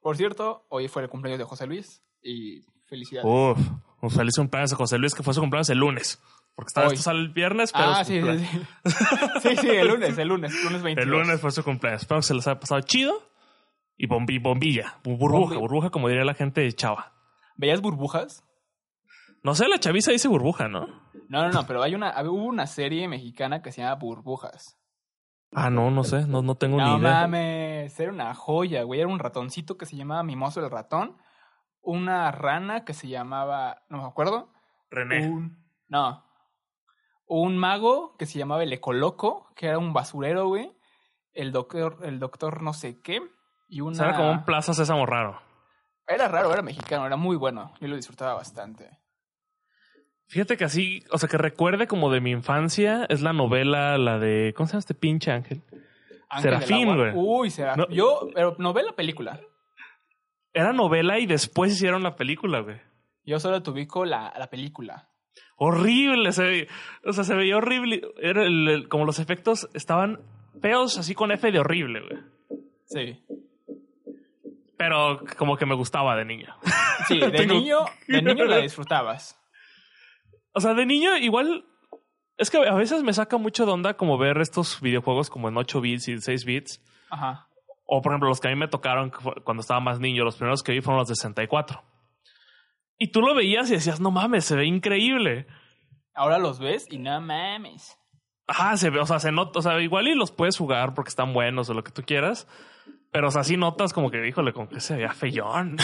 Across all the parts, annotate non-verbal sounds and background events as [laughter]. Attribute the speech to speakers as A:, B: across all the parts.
A: Por cierto, hoy fue el cumpleaños de José Luis y felicidades.
B: Uf, un feliz cumpleaños a José Luis que fue su cumpleaños el lunes. Porque estaba
A: Hoy.
B: esto sale el viernes, pero
A: ah,
B: su
A: sí, sí,
B: cumpleaños-
A: sí. sí, [laughs] sí, el lunes, el lunes, lunes 22.
B: el lunes fue su cumpleaños. Espero que se les haya pasado chido. Y bombi- bombilla, bu- burbuja,
A: Bombi-
B: burbuja, como diría la gente de Chava.
A: ¿Veías burbujas?
B: No sé, la chaviza dice burbuja, ¿no?
A: No, no, no, pero hay una, hubo una serie mexicana que se llama Burbujas.
B: Ah, no, no sé, no, no tengo
A: No
B: ni idea.
A: mames, era una joya, güey. Era un ratoncito que se llamaba Mimoso el ratón. Una rana que se llamaba, no me acuerdo.
B: René.
A: Un, no. Un mago que se llamaba el Ecoloco, que era un basurero, güey. El doctor, el doctor no sé qué. Y
B: O
A: una...
B: sea, era como un plaza sésamo raro.
A: Era raro, era mexicano, era muy bueno. Yo lo disfrutaba bastante.
B: Fíjate que así, o sea, que recuerde como de mi infancia, es la novela, la de. ¿Cómo se llama este pinche ángel?
A: Ángel del
B: Serafín,
A: Agua.
B: güey.
A: Uy, Serafín.
B: No-
A: Yo, pero novela película.
B: Era novela y después hicieron la película, güey.
A: Yo solo te ubico la, la película.
B: Horrible, se ve- o sea, se veía horrible. Era el- el- como los efectos estaban feos, así con F de horrible, güey.
A: Sí.
B: Pero como que me gustaba de niño.
A: Sí, de
B: [laughs] Tengo-
A: niño, de niño
B: [laughs]
A: la disfrutabas.
B: O sea, de niño igual. Es que a veces me saca mucho de onda como ver estos videojuegos como en 8 bits y 6 bits.
A: Ajá.
B: O por ejemplo, los que a mí me tocaron cu- cuando estaba más niño, los primeros que vi fueron los de 64. Y tú lo veías y decías, no mames, se ve increíble.
A: Ahora los ves y no mames.
B: Ajá, se ve, o sea, se nota, o sea, igual y los puedes jugar porque están buenos o lo que tú quieras. Pero, o sea, sí notas como que, híjole, con que se veía feyón.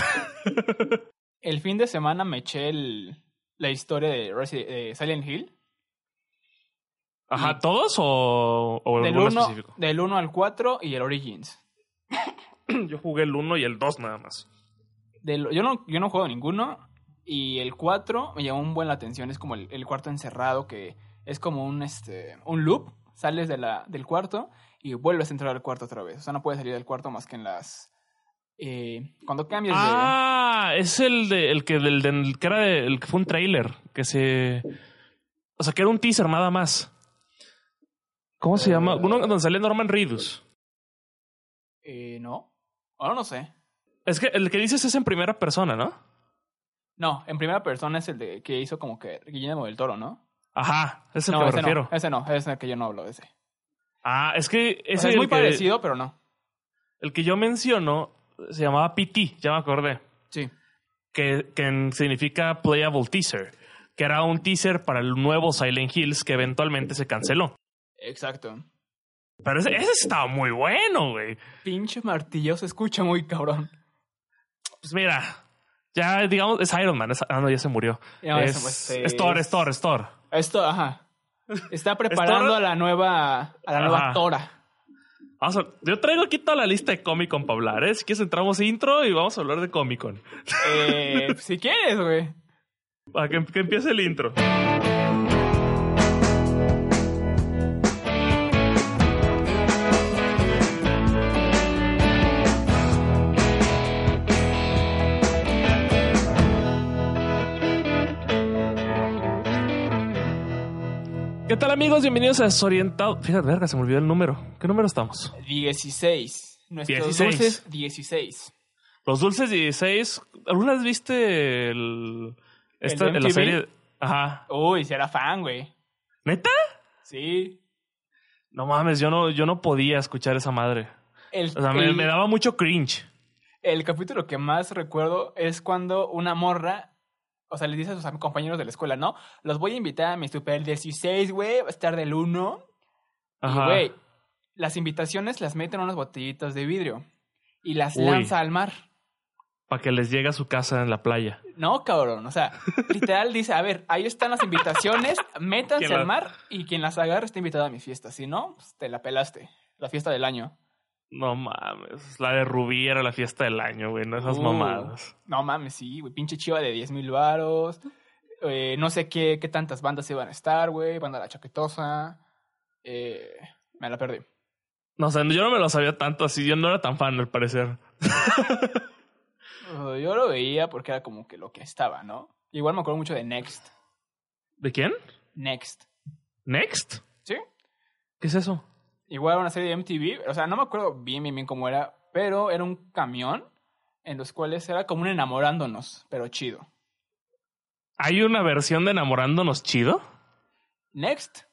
A: El fin de semana me eché el- la historia de, Resi- de Silent Hill.
B: Ajá, ¿todos o, o
A: Del
B: alguno
A: 1, [clears throat]
B: específico?
A: del 1 al 4 y el Origins.
B: Yo jugué el 1 y el 2 nada más.
A: Del- yo, no, yo no juego ninguno. Y el 4 me llamó un buen la atención. Es como el, el cuarto encerrado que es como un, este, un loop. Sales de la, del cuarto y vuelves a entrar al cuarto otra vez. O sea, no puedes salir del cuarto más que en las... eh, cuando cambias de...
B: Ah, es el de el que del, del- que era de- el que fue un trailer que se o sea que era un teaser nada más. ¿Cómo se llama? Uno donde salía Norman Reedus.
A: Eh, no. Ahora no sé.
B: Es que el que dices es en primera persona, ¿no?
A: No, en primera persona es el de que hizo como que Guillermo del Toro, ¿no?
B: Ajá, es el
A: no,
B: que me
A: ese
B: refiero.
A: no, ese no, ese es el que yo no hablo de ese.
B: Ah, es que
A: O
B: ese
A: sea, es muy
B: el que,
A: parecido, pero no.
B: El que yo menciono se llamaba PT, ya me acordé,
A: Sí.
B: que, que en- significa playable teaser, que era un teaser para el nuevo Silent Hills que eventualmente se canceló.
A: Exacto.
B: Pero ese, ese estaba muy bueno, güey.
A: Pinche martillo se escucha muy cabrón.
B: Pues mira, ya digamos, es Iron Man. es- ah, no, ya se murió.
A: Ya,
B: es,
A: eso, este,
B: es Thor, es Thor, es Thor.
A: Esto, ajá. Está preparando
B: Thor-
A: a la nueva, a la nueva
B: Ajá.
A: Tora.
B: [laughs] Vamos a- yo traigo aquí toda la lista de Comic Con para hablar, ¿eh? Si quieres entramos intro y vamos a hablar de Comic Con.
A: Eh, si quieres, güey.
B: Para que, que empiece el intro. ¿Qué tal amigos? Bienvenidos a Desorientado. Fíjate, verga, se me olvidó el número. ¿Qué número estamos?
A: 16. Nuestros
B: 16.
A: dulces, 16.
B: Los Dulces 16. ¿Alguna vez viste el... Esta,
A: de
B: la
A: MTV?
B: serie... Ajá.
A: Uy, será fan, güey.
B: ¿Neta?
A: Sí.
B: No mames, yo no, yo no podía escuchar esa madre.
A: El,
B: O sea, me,
A: el-
B: me daba mucho cringe.
A: El capítulo que más recuerdo es cuando una morra, o sea, le dice a sus am- compañeros de la escuela, ¿no? Los voy a invitar a mi super 16, güey, va a estar del 1. Y,
B: Ajá.
A: güey, las invitaciones las meten en unas botellitas de vidrio y las
B: Uy.
A: lanza al mar.
B: Para que les llegue a su casa en la playa.
A: No, cabrón, o sea, literal dice, a ver, ahí están las invitaciones, métanse
B: ¿Quién
A: al
B: las-
A: mar y quien las agarre está invitado a mi fiesta, si no, pues, te la pelaste, la fiesta del año.
B: No mames. La de Rubí era la fiesta del año, güey. No esas
A: Uh.
B: mamadas.
A: No mames, sí, güey. Pinche chiva de 10 mil varos. Eh, no sé qué, qué tantas bandas iban a estar, güey. Banda La Chaquetosa. Eh, me la perdí.
B: No, o sea, yo no me lo sabía tanto así. Yo no era tan fan, al parecer.
A: Uh, yo lo veía porque era como que lo que estaba, ¿no? Igual me acuerdo mucho de Next.
B: ¿De quién?
A: Next.
B: ¿Next?
A: ¿Sí?
B: ¿Qué es eso?
A: Igual era una serie de MTV. O sea, no me acuerdo bien, bien, bien cómo era. Pero era un camión en los cuales era como un enamorándonos, pero chido.
B: ¿Hay una versión de enamorándonos chido?
A: Next.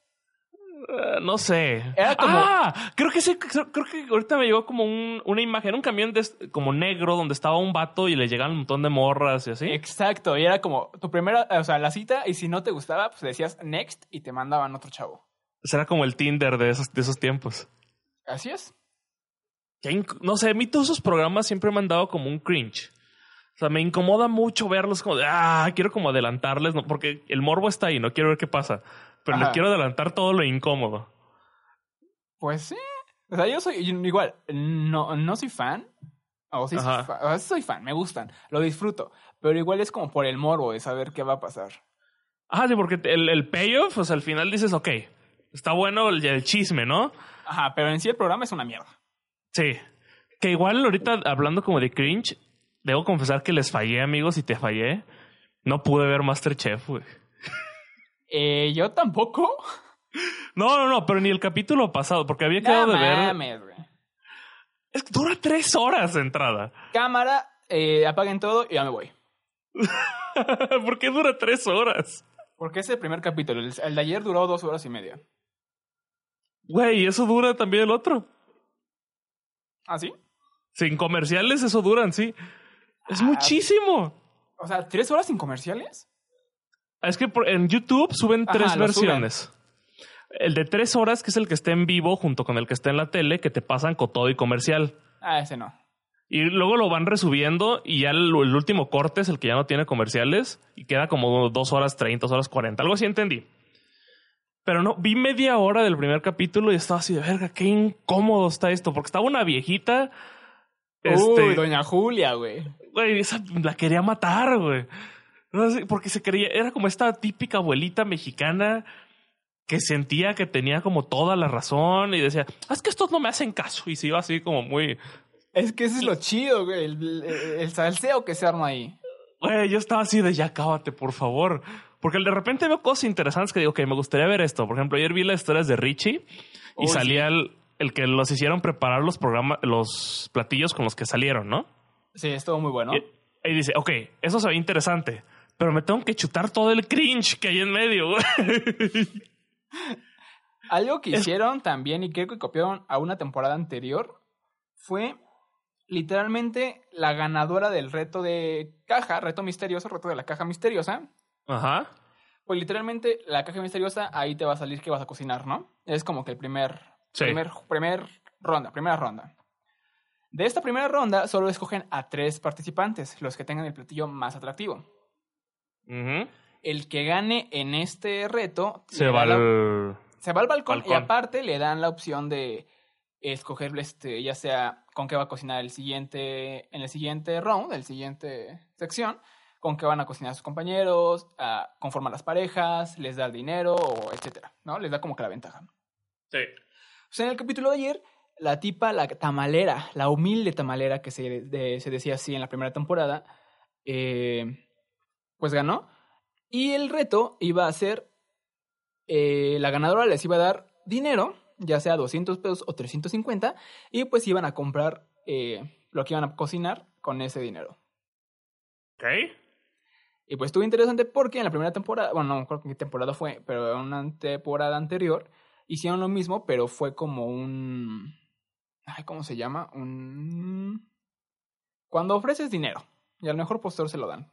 B: Eh, no sé.
A: Era como-
B: Ah, creo que sí, creo creo que ahorita me llegó como un- una imagen, un camión de est- como negro donde estaba un vato y le llegaban un montón de morras y así.
A: Exacto, y era como tu primera, o sea, la cita, y si no te gustaba, pues decías next y te mandaban otro chavo.
B: Será como el Tinder de esos, de esos tiempos.
A: Así es.
B: Ya inc- No sé, a mí todos esos programas siempre me han dado como un cringe. O sea, me incomoda mucho verlos como de, ah, quiero como adelantarles, ¿no? porque el morbo está ahí, no quiero ver qué pasa. Pero
A: Ajá.
B: le quiero adelantar todo lo incómodo.
A: Pues sí. O sea, yo soy yo- igual, no, no soy fan. O sí soy
B: Ajá.
A: fan, o sea, sí soy fan, me gustan, lo disfruto. Pero igual es como por el morbo de saber qué va a pasar.
B: Ah, sí, porque el, el payoff, o sea, al final dices, ok, está bueno el, el chisme, ¿no?
A: Ajá, pero en sí el programa es una mierda.
B: Sí. Que igual ahorita hablando como de cringe, debo confesar que les fallé, amigos, y te fallé. No pude ver Masterchef, güey.
A: Eh, yo
B: [laughs]
A: tampoco.
B: No, no, no, pero ni el capítulo pasado, porque había
A: No
B: quedado de ver.
A: mames, güey.
B: Es que dura tres horas de entrada. [laughs]
A: Cámara, eh, apaguen todo y ya me voy.
B: ¿Por qué dura tres horas?
A: Porque es el primer capítulo. El, el de ayer duró dos horas y media.
B: Güey, eso dura también el otro.
A: ¿Ah, sí?
B: Sin comerciales, eso duran, sí. Es
A: Ah.
B: muchísimo.
A: O sea, ¿tres horas sin comerciales?
B: Es que por- en YouTube suben
A: Ajá,
B: tres
A: lo
B: versiones. El de tres horas, que es el que está en vivo, junto con el que está en la tele, que te pasan con todo y comercial.
A: Ah, ese no.
B: Y luego lo van resubiendo y ya el, el último corte es el que ya no tiene comerciales y queda como dos horas treinta, dos horas cuarenta. Algo así entendí. Pero no, vi media hora del primer capítulo y estaba así de verga, qué incómodo está esto, porque estaba una viejita.
A: Uy,
B: Este,
A: Doña Julia, güey.
B: güey, esa la quería matar, güey. No sé, porque se creía, era como esta típica abuelita mexicana que sentía que tenía como toda la razón y decía, "Ah, es que estos no me hacen caso. Y se iba así como muy,
A: Es que eso es lo chido, güey. El, el- el salseo que se arma ahí.
B: Güey, yo estaba así de ya cábate, por favor. Porque de repente veo cosas interesantes que digo, ok, me gustaría ver esto. Por ejemplo, ayer vi las historias de Richie y
A: Uy,
B: salía el, el que los hicieron preparar los programas, los platillos con los que salieron, ¿no?
A: Sí, estuvo muy bueno.
B: Y, y dice, ok, eso se ve interesante, pero me tengo que chutar todo el cringe que hay en medio. güey.
A: Algo que hicieron también y creo que copiaron a una temporada anterior fue literalmente la ganadora del reto de caja, reto misterioso, reto de la caja misteriosa.
B: Ajá.
A: Pues literalmente la caja misteriosa ahí te va a salir que vas a cocinar, ¿no? Es como que el primer,
B: Sí.
A: primer, primer ronda, primera ronda. De esta primera ronda solo escogen a tres participantes, los que tengan el platillo más atractivo.
B: Ujú.
A: El que gane en este reto
B: Se
A: le
B: va
A: da la-
B: al...
A: se va al balcón, y
B: Balcón.
A: aparte le dan la opción de escoger este ya sea con qué va a cocinar el siguiente en el siguiente round, el siguiente sección, con qué van a cocinar sus compañeros, a conformar las parejas, les da el dinero o etcétera, ¿no? Les da como que la ventaja.
B: Sí.
A: Pues en el capítulo de ayer la tipa, la tamalera, la humilde tamalera que se, de- se decía así en la primera temporada, eh, pues ganó. Y el reto iba a ser, eh, la ganadora les iba a dar dinero, ya sea 200 pesos o 350, y pues iban a comprar eh, lo que iban a cocinar con ese dinero.
B: Ok.
A: Y pues estuvo interesante porque en la primera temporada, bueno, no me acuerdo qué temporada fue, pero en una temporada anterior hicieron lo mismo, pero fue como un. Ay, ¿cómo se llama? Un. Cuando ofreces dinero y al mejor postor se lo dan.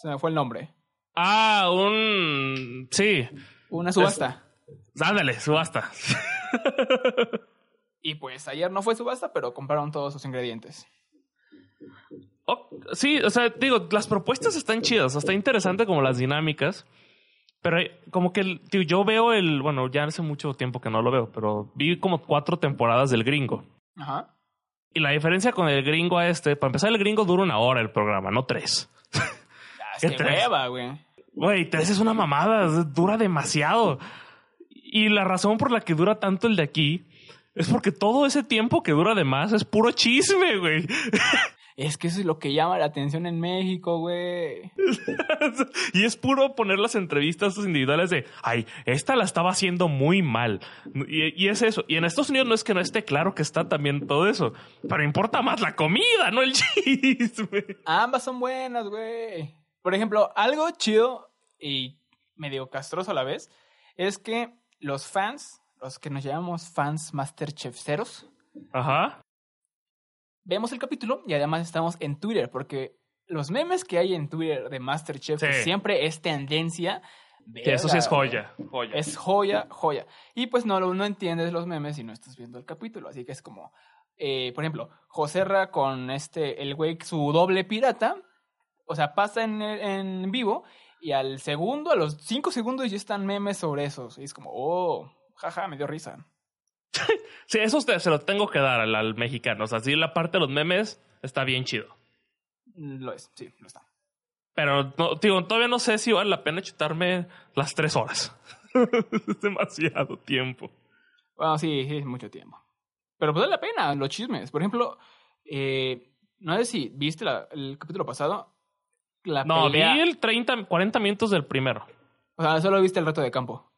A: Se me fue el nombre.
B: Ah, un... Sí.
A: Una subasta.
B: Ándale, subasta.
A: Y pues ayer no fue subasta, pero compraron todos sus ingredientes.
B: Oh, sí, o sea, digo, las propuestas están chidas, está interesante como las dinámicas, pero eh, como que el- tío, yo veo el, bueno, ya hace mucho tiempo que no lo veo, pero vi como cuatro temporadas del gringo.
A: Ajá.
B: Y la diferencia con el gringo a este, para empezar, el gringo dura una hora el programa, no tres.
A: Ah,
B: ¿Qué
A: es que
B: traes?
A: hueva, güey.
B: Güey, tres es una mamada, dura demasiado. Y la razón por la que dura tanto el de aquí es porque todo ese tiempo que dura de más es puro chisme, güey.
A: Es que eso es lo que llama la atención en México, güey.
B: [laughs] y es puro poner las entrevistas individuales de, ay, esta la estaba haciendo muy mal. Y, y, es eso. Y en Estados Unidos no es que no esté claro que está también todo eso, pero importa más la comida, no el [laughs] chisme.
A: Ambas son buenas, güey. Por ejemplo, algo chido y medio castroso a la vez es que los fans, los que nos llamamos fans Masterchefceros,
B: Ajá.
A: vemos el capítulo y además estamos en Twitter porque los memes que hay en Twitter de Masterchef
B: Sí.
A: que siempre es tendencia.
B: Que eso sí es
A: verga,
B: joya. joya.
A: Es joya, joya. Y pues no, lo- no entiendes los memes si no estás viendo el capítulo. Así que es como, eh, por ejemplo, Joserra con este, el güey, su doble pirata. O sea, pasa en, en vivo y al segundo, a los cinco segundos ya están memes sobre eso. Y es como, oh, jaja, me dio risa.
B: Sí, eso te- se lo tengo que dar al, al mexicano. O sea, sí, la parte de los memes está bien chido.
A: Lo es, sí, lo está.
B: Pero, no, digo, todavía no sé si vale la pena chutarme las tres horas. [laughs] es demasiado tiempo.
A: Bueno, sí, sí, es mucho tiempo. Pero pues vale la pena los chismes. Por ejemplo, eh, no sé si viste la- el capítulo pasado. La
B: No, vi
A: pelea-
B: el 30, 40 minutos del primero.
A: O sea, solo viste el reto de campo.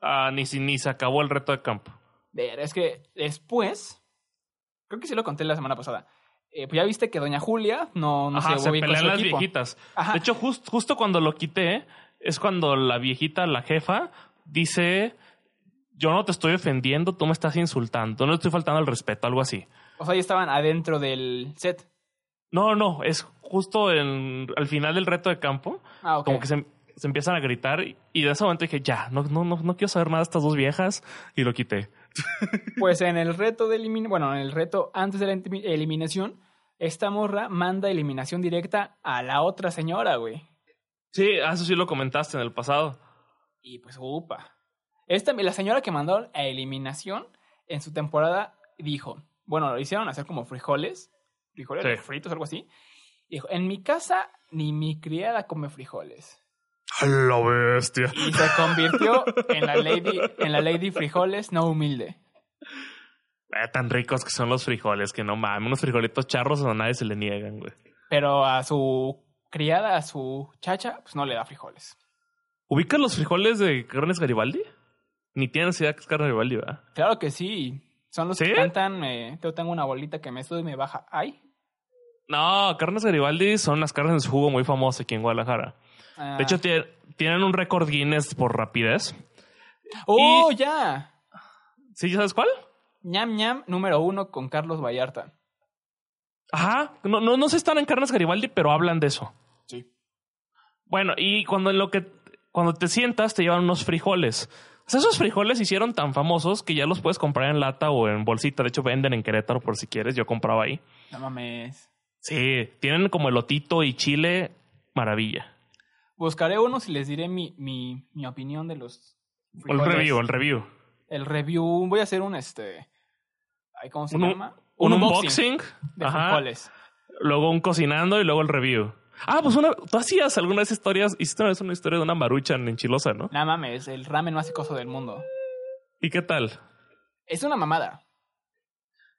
B: Ah, ni, si- ni se acabó el reto de campo.
A: Ver, es que después, creo que sí lo conté la semana pasada. Eh, pues ya viste que Doña Julia no, no
B: Ajá, se
A: ubicó
B: pelean
A: su
B: las
A: equipo. Ah.
B: viejitas.
A: Ajá.
B: De hecho, just- justo cuando lo quité, es cuando la viejita, la jefa, dice: Yo no te estoy ofendiendo, tú me estás insultando, no te estoy faltando al respeto, algo así.
A: O sea, ya estaban adentro del set.
B: No, no, es justo en, al final del reto de campo,
A: Ah, ok.
B: como que se, se empiezan a gritar y de ese momento dije, ya, no, no, no, no quiero saber nada de estas dos viejas y lo quité.
A: Pues en el reto de eliminación, bueno, en el reto antes de la intimi- eliminación, esta morra manda eliminación directa a la otra señora, güey.
B: Sí, ah, eso sí lo comentaste en el pasado.
A: Y pues, upa. Esta, la señora que mandó a eliminación en su temporada dijo, bueno, lo hicieron hacer como frijoles, frijoles
B: Sí.
A: fritos, algo así. Y dijo, en mi casa ni mi criada come frijoles.
B: A la bestia.
A: Y se convirtió en la lady, en la lady frijoles no humilde.
B: Ah, tan ricos que son los frijoles, que no mames, unos frijolitos charros a nadie se le niegan, güey.
A: Pero a su criada, a su chacha, pues no le da frijoles.
B: ¿Ubicas los frijoles de carnes Garibaldi? Ni tienes idea que es carne Garibaldi, ¿verdad?
A: Claro que sí. Son los
B: ¿Sí?
A: que cantan, eh, yo tengo una bolita que me sube y me baja. Ay.
B: No, carnes Garibaldi son las carnes en su jugo muy famosas aquí en Guadalajara.
A: Ah.
B: De hecho, tie- tienen un récord Guinness por rapidez.
A: ¡Oh, ya!
B: ¿Sí? ¿Ya sabes cuál?
A: ñam ñam número uno con Carlos Vallarta.
B: Ajá. No, no, no se están en carnes Garibaldi, pero hablan de eso.
A: Sí.
B: Bueno, y cuando en lo que cuando te sientas te llevan unos frijoles. O sea, esos frijoles se hicieron tan famosos que ya los puedes comprar en lata o en bolsita. De hecho, venden en Querétaro por si quieres. Yo compraba ahí.
A: No mames.
B: Sí, tienen como elotito y chile. Maravilla.
A: Buscaré unos y les diré mi, mi, mi opinión de los.
B: El
A: frijoles.
B: review, el review.
A: El review. Voy a hacer un este. ay, ¿Cómo se
B: Un-
A: llama?
B: Un, unboxing.
A: de
B: Ajá.
A: frijoles.
B: Luego un cocinando y luego el review. Ah, pues una, tú hacías algunas historias, hiciste una vez una historia de una maruchan en Chilosa, ¿no?
A: No mames, el ramen más picoso del mundo.
B: ¿Y qué tal?
A: Es una mamada.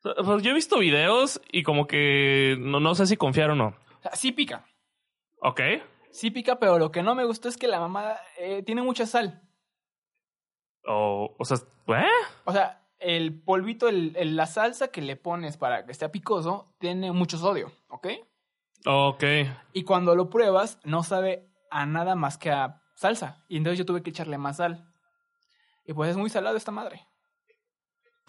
B: Pues yo he visto videos y como que no, no sé si confiar o no.
A: O sea, sí pica.
B: Ok.
A: Sí pica, pero lo que no me gustó es que la mamada eh, tiene mucha sal.
B: O, o sea, ¿eh?
A: O sea, el polvito, el- el- la salsa que le pones para que esté picoso, tiene mucho sodio, ¿ok?
B: Ok.
A: Y cuando lo pruebas, no sabe a nada más que a salsa. Y entonces yo tuve que echarle más sal. Y pues es muy salado esta madre.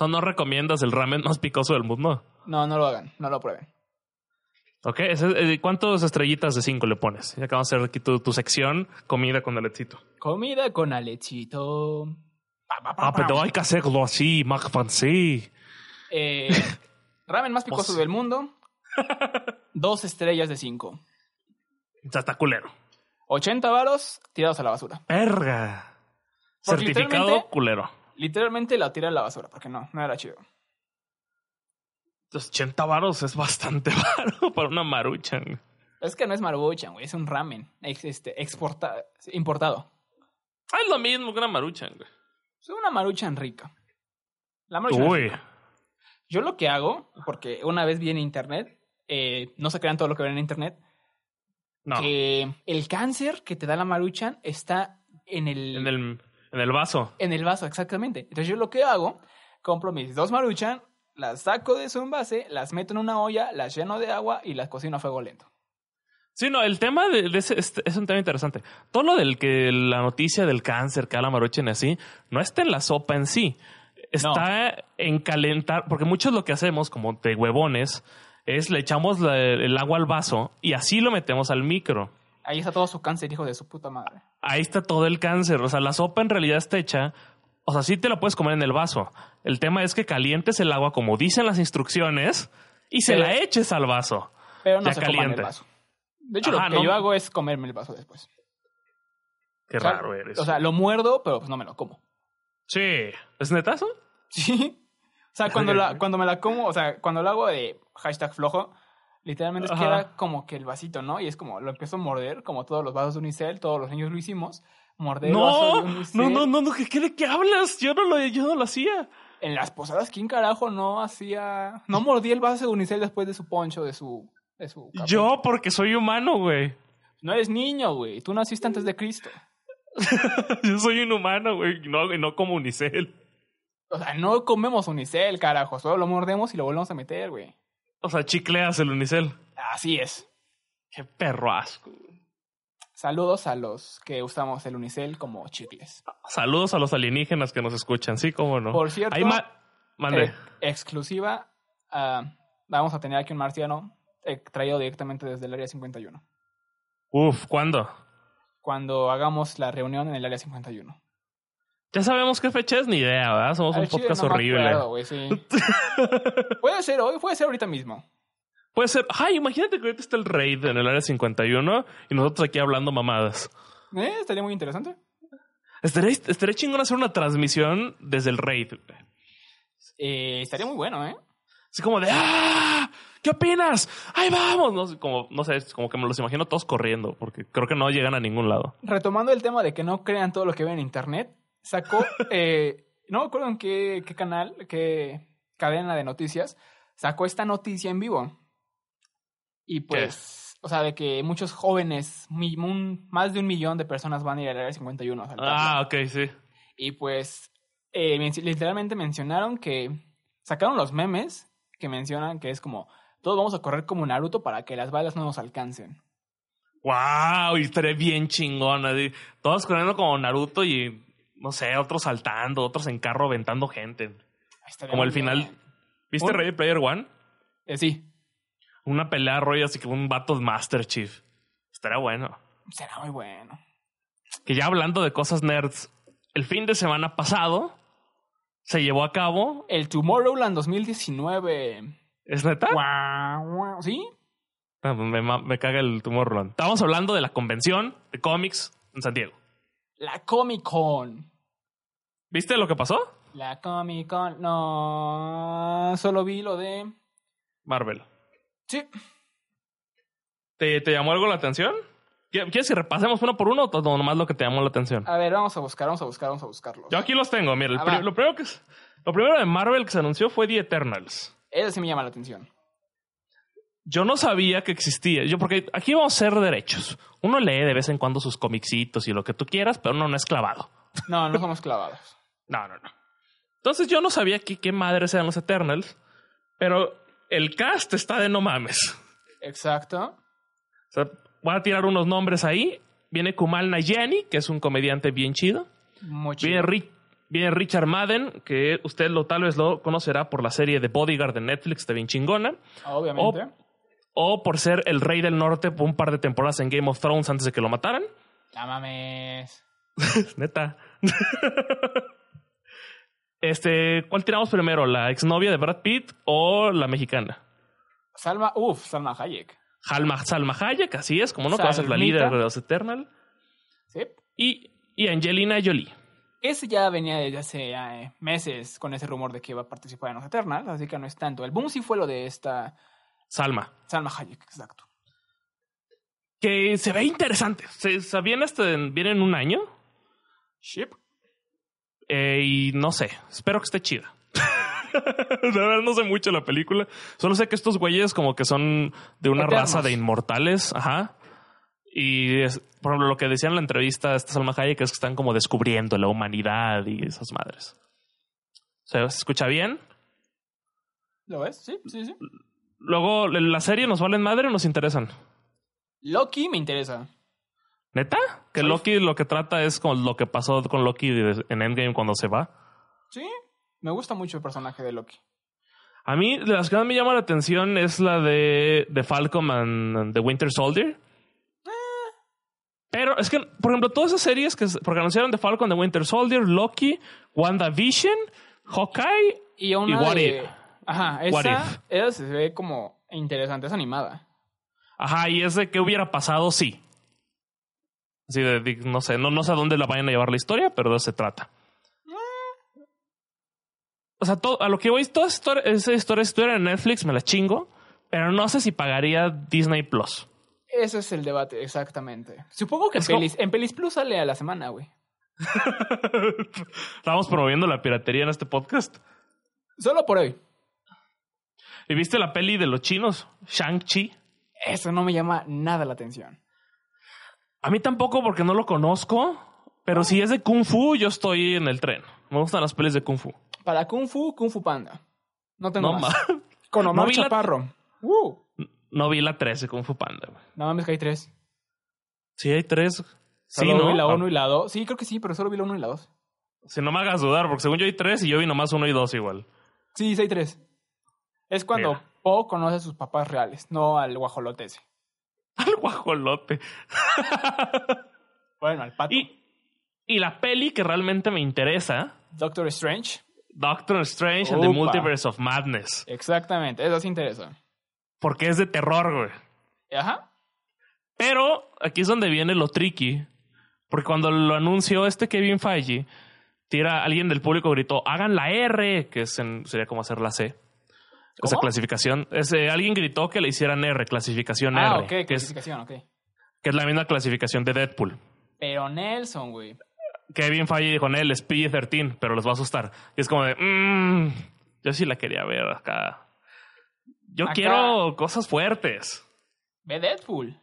B: No, no recomiendas el ramen más picoso del mundo.
A: No, no lo hagan, no lo prueben.
B: Ok. ese- eh, ¿Cuántas estrellitas de cinco le pones? Ya acabamos de hacer aquí tu, tu sección comida con aletito.
A: Comida con alechito. Pa, pa, pa,
B: Ah,
A: pa.
B: pero hay que hacerlo así, más fancy.
A: Eh, [laughs] ramen más picoso
B: Pues-
A: del mundo. [laughs] Dos estrellas de cinco.
B: O sea, está culero.
A: 80 varos tirados a la basura.
B: Verga.
A: Porque
B: Certificado
A: literalmente-
B: culero.
A: Literalmente la tiré a la basura, porque no, no era chido.
B: Entonces, 80 varos es bastante [laughs] varo para una maruchan.
A: Es que no es maruchan, güey, es un ramen ex- este, exporta- importado.
B: Ah, es lo mismo que una maruchan. güey.
A: Es una maruchan rica. La maruchan es
B: Uy.
A: Yo lo que hago, porque una vez vi en internet, eh, no se crean todo lo que ven en internet,
B: No,
A: que el cáncer que te da la maruchan está en el,
B: en el, en el vaso.
A: en el vaso, exactamente. Entonces yo lo que hago, compro mis dos maruchan, las saco de su envase, las meto en una olla, las lleno de agua y las cocino a fuego lento.
B: Sí, no, el tema de, de ese, este- es un tema interesante. Todo lo del que la noticia del cáncer, que a la maruchan y así, no está en la sopa en sí. Está en calentar, porque muchos lo que hacemos, como de huevones, es le echamos la- el agua al vaso y así lo metemos al micro.
A: Ahí está todo su cáncer, hijo de su puta madre.
B: Ahí está todo el cáncer. O sea, la sopa en realidad está hecha. O sea, sí te la puedes comer en el vaso. El tema es que calientes el agua como dicen las instrucciones y se
A: Pero-
B: la eches al vaso.
A: Pero no
B: Ya
A: se coman
B: caliente.
A: el vaso. De hecho,
B: Ajá,
A: lo que
B: no.
A: yo hago es comerme el vaso después.
B: Qué
A: O sea,
B: raro eres.
A: O sea, lo muerdo, pero pues no me lo como.
B: sí. ¿Es netazo?
A: [laughs] Sí. O sea, cuando, la, cuando me la como, o sea, cuando lo hago de hashtag flojo, literalmente
B: Ajá.
A: queda como que el vasito, ¿no? Y es como, lo empiezo a morder, como todos los vasos de Unicel, todos los niños lo hicimos. Morder el vaso
B: No,
A: de Unicel.
B: no, no, no, no, ¿qué, qué- de qué hablas? Yo no lo, yo no lo hacía.
A: En las posadas, ¿quién carajo no hacía. No mordía el vaso de Unicel después de su poncho, de su. De su capucha?
B: Yo porque soy humano, güey. [laughs]
A: No eres niño, güey. Tú naciste antes de Cristo.
B: Yo soy inhumano, güey. No, güey, no como unicel.
A: O sea, no comemos Unicel, carajo. Solo lo mordemos y lo volvemos a meter, güey.
B: O sea, chicleas el unicel.
A: Así es.
B: Qué perro asco.
A: Saludos a los que usamos el Unicel como chicles.
B: Saludos a los alienígenas que nos escuchan, sí, cómo no.
A: Por cierto,
B: Hay ma- Mande.
A: eh, exclusiva. ah, vamos a tener aquí un marciano eh, traído directamente desde el área 51.
B: Uf, ¿cuándo?
A: Cuando hagamos la reunión en el área 51.
B: Ya sabemos qué fecha es, ni idea, ¿verdad? Somos un
A: Al chile
B: podcast
A: no me
B: horrible.
A: acuerdo, güey,
B: [laughs]
A: sí. puede ser hoy, puede ser ahorita mismo.
B: Puede ser. Ay, imagínate que ahorita está el raid en el área 51 y nosotros aquí hablando mamadas.
A: Eh, estaría muy interesante.
B: Estaría, estaría chingón hacer una transmisión desde el raid. güey.
A: Eh, estaría muy bueno, ¿eh?
B: Así como de, ¡ah! ¿Qué opinas? ¡Ahí vamos! No, sé, como, no sé, es como que me los imagino todos corriendo, porque creo que no llegan a ningún lado.
A: Retomando el tema de que no crean todo lo que ven en internet, sacó,
B: [laughs]
A: eh, no me acuerdo en qué, qué canal, qué cadena de noticias, sacó esta noticia en vivo. Y pues, o sea, de que muchos jóvenes, mi- un- más de un millón de personas van a ir al área 51. a saltarla.
B: Ah, ok, sí.
A: Y pues, eh, men- literalmente mencionaron que sacaron los memes que mencionan que es como, todos vamos a correr como Naruto para que las balas no nos alcancen.
B: ¡Wow! Y estaría bien chingón. así. Todos corriendo como Naruto y, no sé, otros saltando, otros en carro aventando gente.
A: Estaría
B: Como
A: muy
B: el final.
A: bien.
B: ¿Viste
A: Un-
B: Ready Player One?
A: Eh, sí,
B: Una pelea rollo así que un vato de Master Chief. Estaría bueno.
A: será muy bueno.
B: Que ya hablando de cosas nerds, el fin de semana pasado se llevó a cabo.
A: El Tomorrowland 2019.
B: ¿Es neta?
A: Guau, guau. ¿Sí?
B: Ah, Me, ma- me caga el tumor, Roland. Estábamos hablando de la convención de cómics en San Diego.
A: La Comic Con.
B: ¿Viste lo que pasó?
A: La Comic Con. No. Solo vi lo de.
B: Marvel.
A: Sí.
B: ¿Te, te llamó algo la atención? ¿Qui- ¿Quieres que repasemos uno por uno o todo nomás lo que te llamó la atención?
A: A ver, vamos a buscar, vamos a buscar, vamos a buscarlo.
B: Yo aquí los tengo. Mira, el
A: Ah,
B: pri-
A: va.
B: lo, primero que, es- lo primero de Marvel que se anunció fue The Eternals.
A: Ese sí me llama la atención.
B: Yo no sabía que existía. Yo, porque aquí vamos a ser derechos. Uno lee de vez en cuando sus comicitos y lo que tú quieras, pero uno no es clavado.
A: No, no somos clavados.
B: No, no, no. Entonces yo no sabía que- qué madres eran los Eternals, pero el cast está de no mames.
A: Exacto.
B: O sea, voy a tirar unos nombres ahí. Viene Kumal Nayani, que es un comediante bien chido.
A: Muy chido.
B: Viene, Ri- viene Richard Madden, que usted lo, tal vez lo conocerá por la serie de Bodyguard de Netflix, está bien chingona.
A: Obviamente.
B: O por ser el rey del norte por un par de temporadas en Game of Thrones antes de que lo mataran.
A: La mames.
B: Neta. este, ¿cuál tiramos primero? ¿La exnovia de Brad Pitt o la mexicana?
A: Salma. Uf, Salma Hayek.
B: Halma, Salma Hayek, así es, como no, que va a ser la líder
A: Salmita.
B: de los Eternal.
A: Sí.
B: Y, y Angelina Jolie.
A: Ese ya venía desde hace eh, meses con ese rumor de que iba a participar en los Eternals, así que no es tanto. El boom sí fue lo de esta
B: Salma.
A: Salma Hayek, exacto.
B: Que se ve interesante. Se, se viene, hasta en- viene en un año.
A: Ship.
B: eh, y no sé. Espero que esté chida. [laughs] De verdad no sé mucho de la película. Solo sé que estos güeyes como que son de una
A: Eternos.
B: raza de inmortales. Ajá. Y es, por ejemplo, lo que decía en la entrevista esta Salma Hayek es que están como descubriendo la humanidad y esas madres. ¿Se escucha bien?
A: ¿Lo ves? Sí, sí, sí.
B: Luego, ¿la serie nos valen madre o nos interesan?
A: Loki me interesa.
B: ¿Neta? Que
A: Soy-
B: Loki lo que trata es con lo que pasó con Loki de- en Endgame cuando se va.
A: Sí, me gusta mucho el personaje de Loki.
B: A mí, de las que más me llama la atención es la de, de Falcon and, and The Winter Soldier. Pero es que, por ejemplo, todas esas series que se- porque anunciaron de Falcon, The Winter Soldier, Loki, WandaVision, Hawkeye.
A: Y una
B: Y What
A: de-
B: If.
A: Ajá,
B: What
A: esa,
B: If.
A: esa se ve como interesante, es animada.
B: Ajá, y es de qué hubiera pasado sí. Así de, de- no sé, no, no sé a dónde la vayan a llevar la historia, pero de eso se trata. O sea, todo, a lo que voy, todas esas histori- esas historias, si estuvieran en Netflix, me las chingo, pero no sé si pagaría Disney Plus.
A: Ese es el debate, exactamente. Supongo que en
B: Es como-
A: Pelis, en Pelis Plus sale a la semana, güey.
B: Estábamos promoviendo la piratería en este podcast.
A: Solo por hoy.
B: ¿Y viste la peli de los chinos? Shang-Chi.
A: Eso no me llama nada la atención.
B: A mí tampoco porque no lo conozco, pero si es de Kung Fu, yo estoy en el tren. Me gustan las pelis de Kung Fu.
A: Para Kung Fu, Kung Fu Panda. No tengo
B: No,
A: más.
B: ma- [laughs]
A: Con Omar
B: No vi la-
A: Chaparro. Uh,
B: no vi la 3 de Kung Fu Panda. güey.
A: no mames que hay tres.
B: Sí, hay tres. Sí,
A: Solo
B: ¿no?
A: vi la
B: Ah,
A: 1 y la 2. Sí, creo que sí, pero solo vi la 1 y la 2.
B: Si no me hagas dudar, porque según yo hay tres y yo vi nomás uno y dos igual. [laughs]
A: Sí, sí hay tres. Es cuando
B: Mira.
A: Po conoce a sus papás reales, no al guajolote ese.
B: Al guajolote.
A: Bueno, al pato.
B: Y, y la peli que realmente me interesa,
A: Doctor Strange.
B: Doctor Strange and the
A: Upa.
B: Multiverse of Madness.
A: Exactamente, eso sí interesa.
B: Porque es de terror, güey.
A: Ajá.
B: Pero aquí es donde viene lo tricky. Porque cuando lo anunció este Kevin Feige, tira alguien del público gritó, hagan la R, que es en- sería como hacer la C. Esa
A: ¿Cómo?
B: clasificación. Ese, alguien gritó que le hicieran R, clasificación
A: Ah,
B: R,
A: ok,
B: que, es,
A: clasificación, ok.
B: que es la misma clasificación de Deadpool.
A: Pero Nelson, güey.
B: Kevin Feige dijo, él es PG-13, pero los va a asustar. Y es como de, "Mm, yo sí la quería ver acá. Yo
A: Acá.
B: quiero cosas fuertes.
A: Ve Deadpool.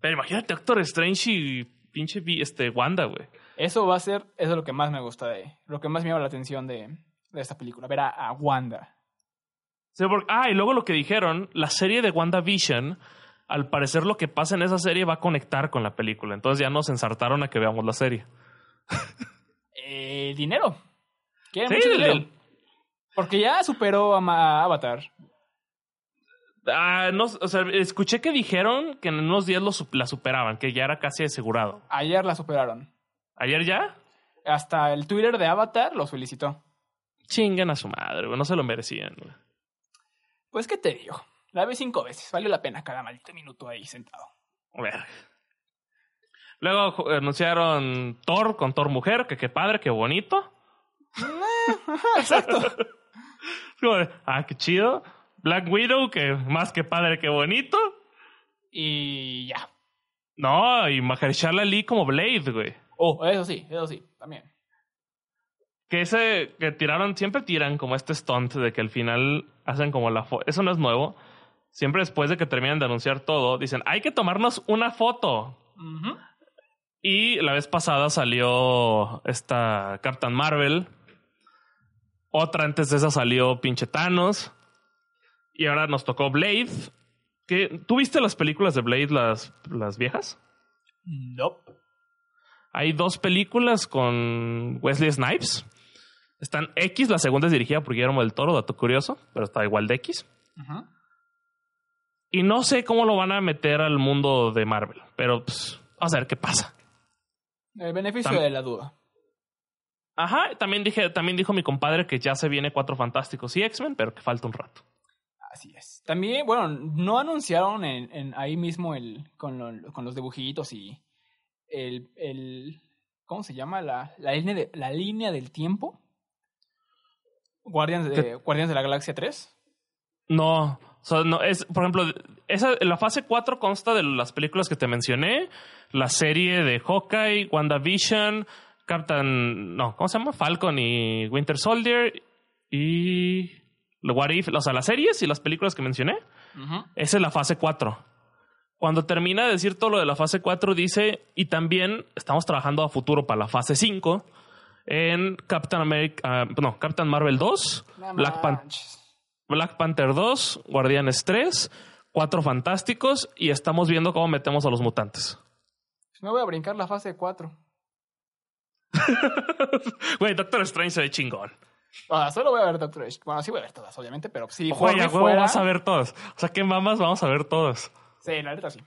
B: Pero imagínate Doctor Strange y pinche vi- este, Wanda, güey.
A: Eso va a ser, eso es lo que más me gusta de, lo que más me llama la atención de, de esta película. Ver a, a Wanda.
B: Sí, porque- ah, y luego lo que dijeron, la serie de WandaVision, al parecer lo que pasa en esa serie va a conectar con la película. Entonces ya nos ensartaron a que veamos la serie.
A: Eh, dinero. Quieren
B: Sí,
A: mucho
B: el-
A: dinero.
B: el-
A: Porque ya superó a, Ma- a Avatar.
B: ah, no, o sea, escuché que dijeron que en unos días lo sup- la superaban, que ya era casi asegurado.
A: Ayer la superaron.
B: ¿Ayer ya?
A: Hasta el Twitter de Avatar los felicitó.
B: Chingan a su madre, güey, no se lo merecían. güey.
A: Pues, ¿qué te digo? La vi cinco veces. Valió la pena cada maldito minuto ahí sentado.
B: A ver. Luego ju- anunciaron Thor con Thor Mujer, que qué padre, qué bonito.
A: Exacto.
B: Como de, Ah, qué chido. Black Widow, que más que padre, qué bonito.
A: [laughs] Y ya.
B: No, y Mahershala Ali como Blade, güey.
A: Oh, eso sí, eso sí, también.
B: Que ese que tiraron, siempre tiran como este stunt de que al final hacen como la foto. Eso no es nuevo. Siempre después de que terminan de anunciar todo, dicen, hay que tomarnos una foto.
A: Ujú.
B: Y la vez pasada salió esta Captain Marvel. Otra antes de esa salió pinche Thanos. Y ahora nos tocó Blade. Que, ¿Tú viste las películas de Blade, las, las viejas?
A: Nope.
B: Hay dos películas con Wesley Snipes. Están X, la segunda es dirigida por Guillermo del Toro, dato curioso, pero está igual de X.
A: Ujú.
B: Y no sé cómo lo van a meter al mundo de Marvel, pero pues, vamos a ver qué pasa.
A: El beneficio
B: Tam-
A: de la duda.
B: Ajá, también, dije, también dijo mi compadre que ya se viene Cuatro Fantásticos y X-Men, pero que falta un rato.
A: Así es. También, bueno, no anunciaron en, en ahí mismo el con, lo- con los dibujitos y el, el ¿cómo se llama? La, la, línea, de- la línea del tiempo. Guardians de,
B: ¿Qué?
A: Guardians de la Galaxia 3.
B: No, o sea, no es, por ejemplo, esa, la fase 4 consta de las películas que te mencioné, la serie de Hawkeye, WandaVision, Captain, no, ¿cómo se llama? Falcon y Winter Soldier y lo What If, o sea, las series y las películas que mencioné,
A: Ujú.
B: esa es la fase 4. Cuando termina de decir todo lo de la fase 4, dice, y también estamos trabajando a futuro para la fase 5 en Captain America, ah, no, Captain Marvel 2,
A: No
B: Black, Pan-
A: manches.
B: Black Panther 2, Guardianes 3, Cuatro Fantásticos y estamos viendo cómo metemos a los mutantes.
A: Me voy a brincar la fase 4.
B: Güey, Doctor Strange se ve chingón.
A: Ah, solo voy a ver Doctor Strange. Bueno, sí voy a ver todas, obviamente, pero si
B: Güey,
A: Fortnite
B: a huevo
A: fuera-
B: vas a ver todas. O sea, ¿qué mamas vamos a ver todas?
A: Sí, la neta sí.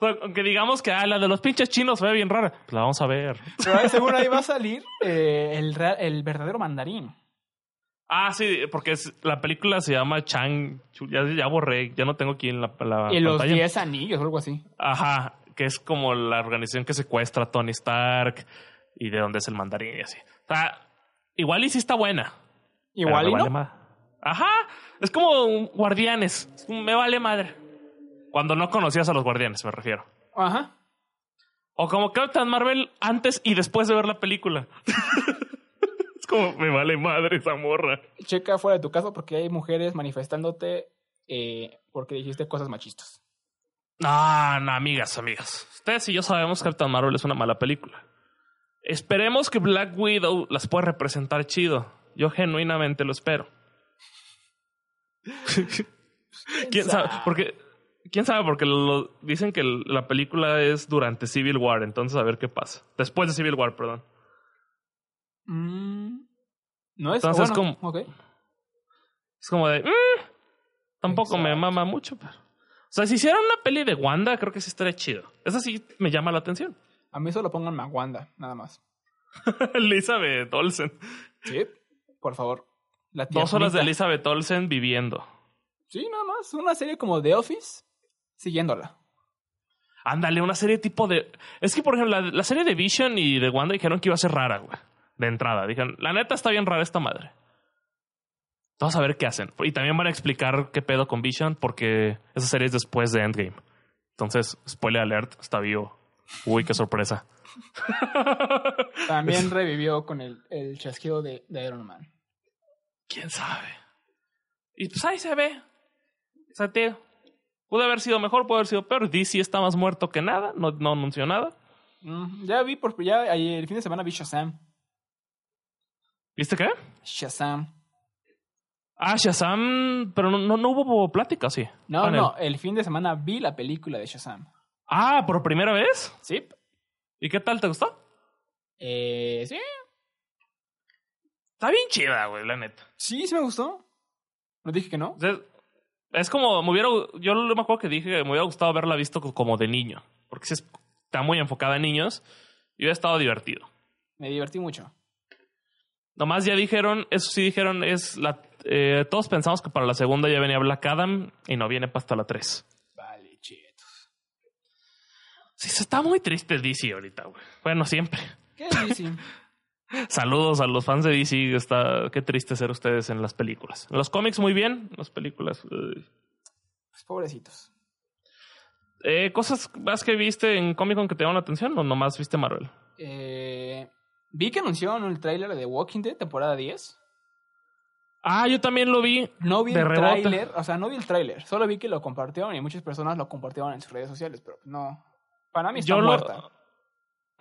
B: O sea, aunque digamos que ah, la de los pinches chinos se ve bien rara, pues la vamos a ver.
A: Pero ahí seguro ahí va a salir eh, el, real- el verdadero mandarín.
B: Ah, sí, porque es- la película se llama Chang. Chu- Ya, ya borré, ya no tengo aquí en la, la
A: y los
B: Ah, pantalla.
A: 10 anillos o algo así.
B: Ajá, que es como la organización que secuestra a Tony Stark y de dónde es el mandarín y así. O sea, igual y sí está buena.
A: Igual
B: pero
A: y
B: me
A: no.
B: vale ma- Ajá, es como un guardianes. es un Me vale madre. Cuando no conocías a los guardianes, me refiero.
A: Ajá.
B: O como Captain Marvel antes y después de ver la película. [laughs] es como, me vale madre esa morra.
A: Checa fuera de tu casa porque hay mujeres manifestándote eh, porque dijiste cosas machistas.
B: No, Ah, no, amigas, amigas. Ustedes y yo sabemos que Captain Marvel es una mala película. Esperemos que Black Widow las pueda representar chido. Yo genuinamente lo espero. ¿Quién sabe? Porque, ¿Quién sabe? Porque lo- dicen que el- la película es durante Civil War, entonces a ver qué pasa. Después de Civil War, perdón.
A: Mm, no es
B: Entonces,
A: bueno, ok.
B: Es como de... "Mm, tampoco me
A: Exacto.
B: mama mucho, pero... O sea, si hicieran una peli de Wanda, creo que sí estaría chido. Esa sí me llama la atención. [laughs]
A: A mí solo pongan Maguanda, nada más.
B: Elizabeth Olsen.
A: Sí, por favor. La
B: Dos horas de
A: tiernita.
B: Elizabeth Olsen viviendo.
A: Sí, nada más. Una serie como The Office, siguiéndola.
B: Ándale, una serie tipo de. Es que, por ejemplo, la, la serie de Vision y de Wanda dijeron que iba a ser rara, güey. De entrada. Dijeron, la neta está bien rara esta madre. Vamos a ver qué hacen. Y también van a explicar qué pedo con Vision, porque esa serie es después de Endgame. Entonces, spoiler alert, está vivo. Uy, qué sorpresa. [laughs]
A: También revivió con el, el chasquido de, de Iron Man.
B: ¿Quién sabe? Y pues ahí se ve. O sea, tío, pudo haber sido mejor, pudo haber sido peor. DC está más muerto que nada, no, no anunció nada.
A: Mm, ya vi, por, ya ayer, el fin de semana vi Shazam.
B: ¿Viste qué?
A: Shazam.
B: Ah, Shazam, pero no, no, no hubo plática, sí. Ah,
A: No,
B: Con él.
A: no, el fin de semana vi la película de Shazam.
B: Ah, por primera vez.
A: Sí.
B: ¿Y qué tal? ¿Te gustó?
A: Eh, sí,
B: Está bien chida, güey, la neta.
A: sí, sí me gustó. No dije que no.
B: O sea, es como, me hubiera, yo me acuerdo que dije que me hubiera gustado haberla visto co- como de niño, porque sí es- está muy enfocada a niños y hubiera estado divertido.
A: Me divertí mucho.
B: Nomás ya dijeron, eso sí dijeron, es la, eh, todos pensamos que para la segunda ya venía Black Adam y no viene pa' hasta la 3.
A: Vale, chetos.
B: Sí, se está muy triste DC ahorita, güey. Bueno, siempre. [laughs]
A: ¿Qué dicen?
B: Saludos a los fans de DC. Está, qué triste ser ustedes en las películas. En los cómics muy bien, en las películas. eh.
A: Pues pobrecitos.
B: Eh, ¿Cosas más que viste en Comic Con que te llaman la atención o nomás viste Marvel?
A: Eh, vi que anunciaron el tráiler de The Walking Dead, temporada 10.
B: Ah, yo también lo vi.
A: No vi
B: De
A: el
B: rebote.
A: tráiler, o sea, no vi el tráiler, solo vi que lo compartieron y muchas personas lo compartieron en sus redes sociales, pero no. Para mí está
B: Yo lo-
A: muerta.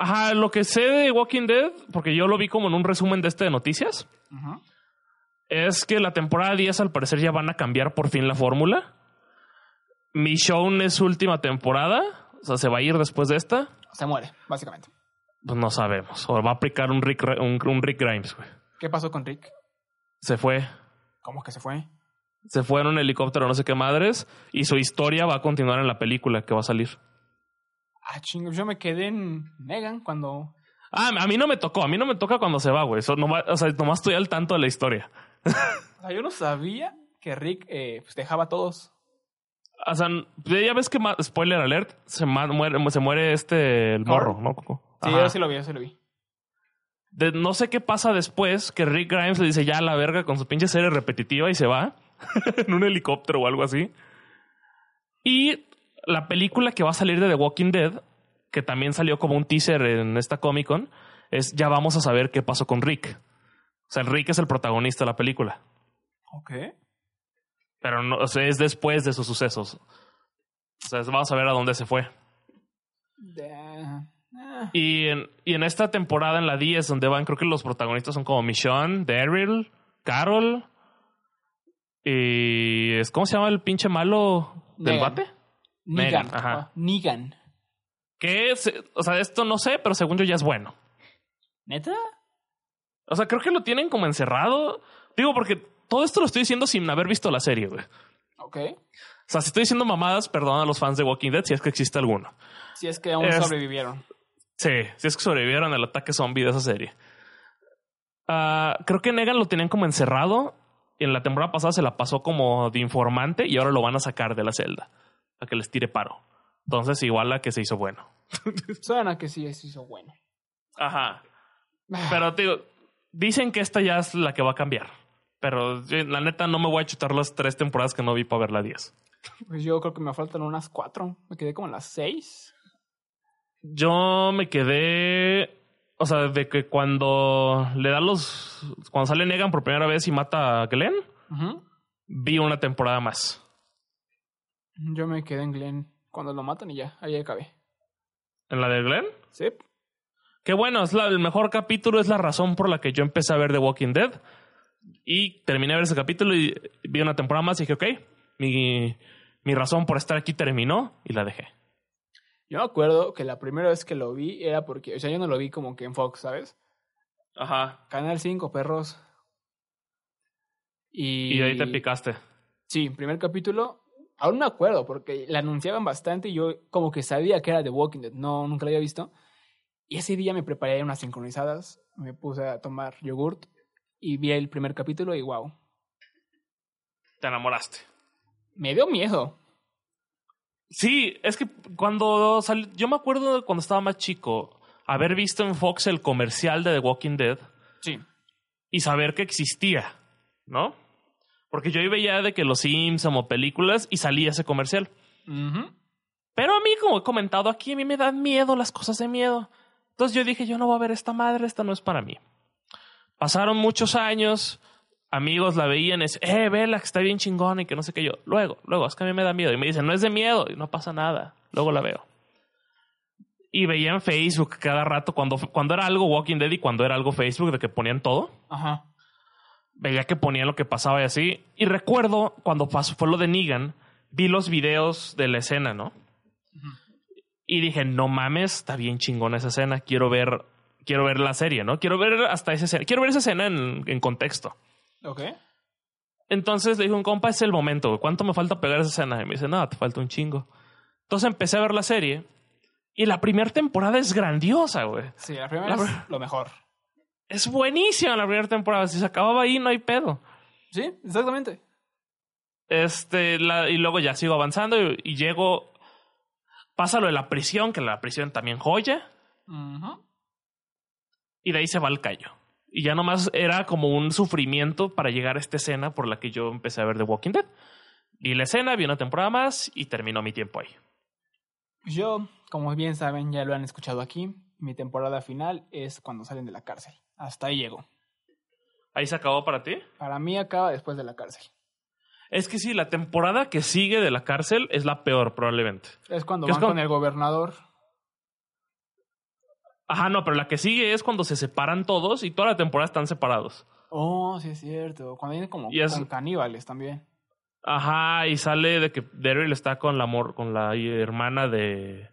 B: Ajá, lo que sé de Walking Dead, porque yo lo vi como en un resumen de este de noticias,
A: Ujú.
B: es que la temporada 10 al parecer ya van a cambiar por fin la fórmula. Michonne es su última temporada, o sea, se va a ir después de esta.
A: Se muere, básicamente.
B: Pues no sabemos. O va a aplicar un Rick, un, un Rick Grimes, güey.
A: ¿Qué pasó con Rick?
B: Se fue.
A: ¿Cómo que se fue?
B: se fue en un helicóptero, no sé qué madres, y su historia va a continuar en la película que va a salir.
A: Ah, chingo, yo me quedé en Megan cuando...
B: Ah, a mí no me tocó, a mí no me toca cuando se va, güey. Eso nomás, o sea, nomás estoy al tanto de la historia.
A: O sea, yo no sabía que Rick eh, pues dejaba a todos.
B: O sea, ya ves que, ma- spoiler alert, se ma- muere, se muere este el morro, ¿no? Coco?
A: Sí,
B: Ajá.
A: yo sí lo vi, yo sí lo vi.
B: De- no sé qué pasa después que Rick Grimes le dice ya a la verga con su pinche serie repetitiva y se va [laughs] en un helicóptero o algo así. Y la película que va a salir de The Walking Dead, que también salió como un teaser en esta Comic Con, es ya vamos a saber qué pasó con Rick. O sea, Enrique es el protagonista de la película.
A: Ok.
B: Pero no, o sea, es después de sus sucesos. O sea, vamos a ver a dónde se fue.
A: De- ah,
B: Y en, y en esta temporada, en la 10, donde van, creo que los protagonistas son como Michonne, Daryl, Carol. Y. es- ¿Cómo se llama el pinche malo del
A: Negan.
B: bate?
A: Negan.
B: Megan, ajá.
A: ah, Negan.
B: Que es. O sea, esto no sé, pero según yo ya es bueno.
A: ¿Neta?
B: O sea, creo que lo tienen como encerrado. Digo, porque todo esto lo estoy diciendo sin haber visto la serie, güey.
A: Ok.
B: O sea, si estoy diciendo mamadas, perdón a los fans de Walking Dead si es que existe alguno.
A: Si es que aún
B: Es-
A: sobrevivieron.
B: Sí, si es que sobrevivieron al ataque zombie de esa serie. Ah, creo que Negan lo tenían como encerrado. En la temporada pasada se la pasó como de informante y ahora lo van a sacar de la celda a que les tire paro. Entonces, igual a que se hizo bueno.
A: Suena que sí se hizo [laughs] bueno.
B: Ajá. Pero te digo, dicen que esta ya es la que va a cambiar. Pero eh, la neta no me voy a chutar las tres temporadas que no vi para ver la 10.
A: Pues yo creo que me faltan unas cuatro. Me quedé como en las seis.
B: Yo me quedé. O sea, de que cuando le da los. Cuando sale Negan por primera vez y mata a Glenn,
A: Ujú.
B: vi una temporada más.
A: Yo me quedé en Glenn cuando lo matan y ya. Ahí acabé.
B: En la de Glenn.
A: Sí.
B: Que bueno, es la- el mejor capítulo, es la razón por la que yo empecé a ver The Walking Dead. Y terminé de ver ese capítulo y vi una temporada más y dije, ok, mi, mi razón por estar aquí terminó y la dejé.
A: Yo me acuerdo que la primera vez que lo vi era porque, o sea, yo no lo vi como que en Fox, ¿sabes?
B: Ajá.
A: Canal 5, perros. Y,
B: Y, ahí te picaste.
A: Sí, primer capítulo. Aún me acuerdo porque la anunciaban bastante y yo como que sabía que era The Walking Dead. No, nunca la había visto. Y ese día me preparé unas sincronizadas, me puse a tomar yogurt y vi el primer capítulo y wow,
B: Te enamoraste.
A: me dio miedo.
B: Sí, es que cuando salió, yo me acuerdo de cuando estaba más chico, haber visto en Fox el comercial de The Walking Dead
A: Sí.
B: y saber que existía, ¿no? Porque yo ahí veía de que los Simpson o películas y salía ese comercial. Pero a mí, como he comentado aquí, a mí me dan miedo las cosas de miedo. Entonces yo dije, yo no voy a ver esta madre, esta no es para mí. Pasaron muchos años, amigos la veían, es, eh, vela, que está bien chingona y que no sé qué yo. Luego, luego, es que a mí me da miedo. Y me dicen, no es de miedo, y no pasa nada. Luego la veo. Y veía en Facebook cada rato, cuando, cuando era algo Walking Dead y cuando era algo Facebook, de que ponían todo
A: Ajá.
B: veía que ponían lo que pasaba y así. Y recuerdo cuando pasó, fue lo de Negan, vi los videos de la escena, ¿no? Y dije, no mames, está bien chingona esa escena, quiero ver, quiero ver la serie, ¿no? Quiero ver hasta esa escena, quiero ver esa escena en, en contexto.
A: Ok.
B: Entonces le dije, a un compa, es el momento, güey, ¿cuánto me falta pegar esa escena? Y me dice, no, te falta un chingo. Entonces empecé a ver la serie y la primera temporada es grandiosa, güey.
A: Sí, la primera
B: La-
A: es lo mejor.
B: Es buenísima la primera temporada, si se acababa ahí no hay pedo.
A: Sí, exactamente.
B: Este, la- y luego ya sigo avanzando y, y llego. Pasa lo de la prisión, que la prisión también joya.
A: Ujú.
B: Y de ahí se va el callo. Y ya nomás era como un sufrimiento para llegar a esta escena por la que yo empecé a ver The Walking Dead. Y la escena, vi una temporada más y terminó mi tiempo ahí.
A: Yo, como bien saben, ya lo han escuchado aquí, mi temporada final es cuando salen de la cárcel. Hasta ahí llego.
B: Ahí se acabó para ti.
A: Para mí acaba después de la cárcel.
B: Es que sí, la temporada que sigue de la cárcel es la peor, probablemente.
A: Es cuando
B: ¿Qué es
A: van
B: con-
A: con el gobernador.
B: Ajá, no, pero la que sigue es cuando se separan todos y toda la temporada están separados.
A: Oh, sí es cierto. Cuando vienen como
B: Y es-
A: con caníbales también.
B: Ajá, y sale de que Daryl está con la mor- con la hermana de.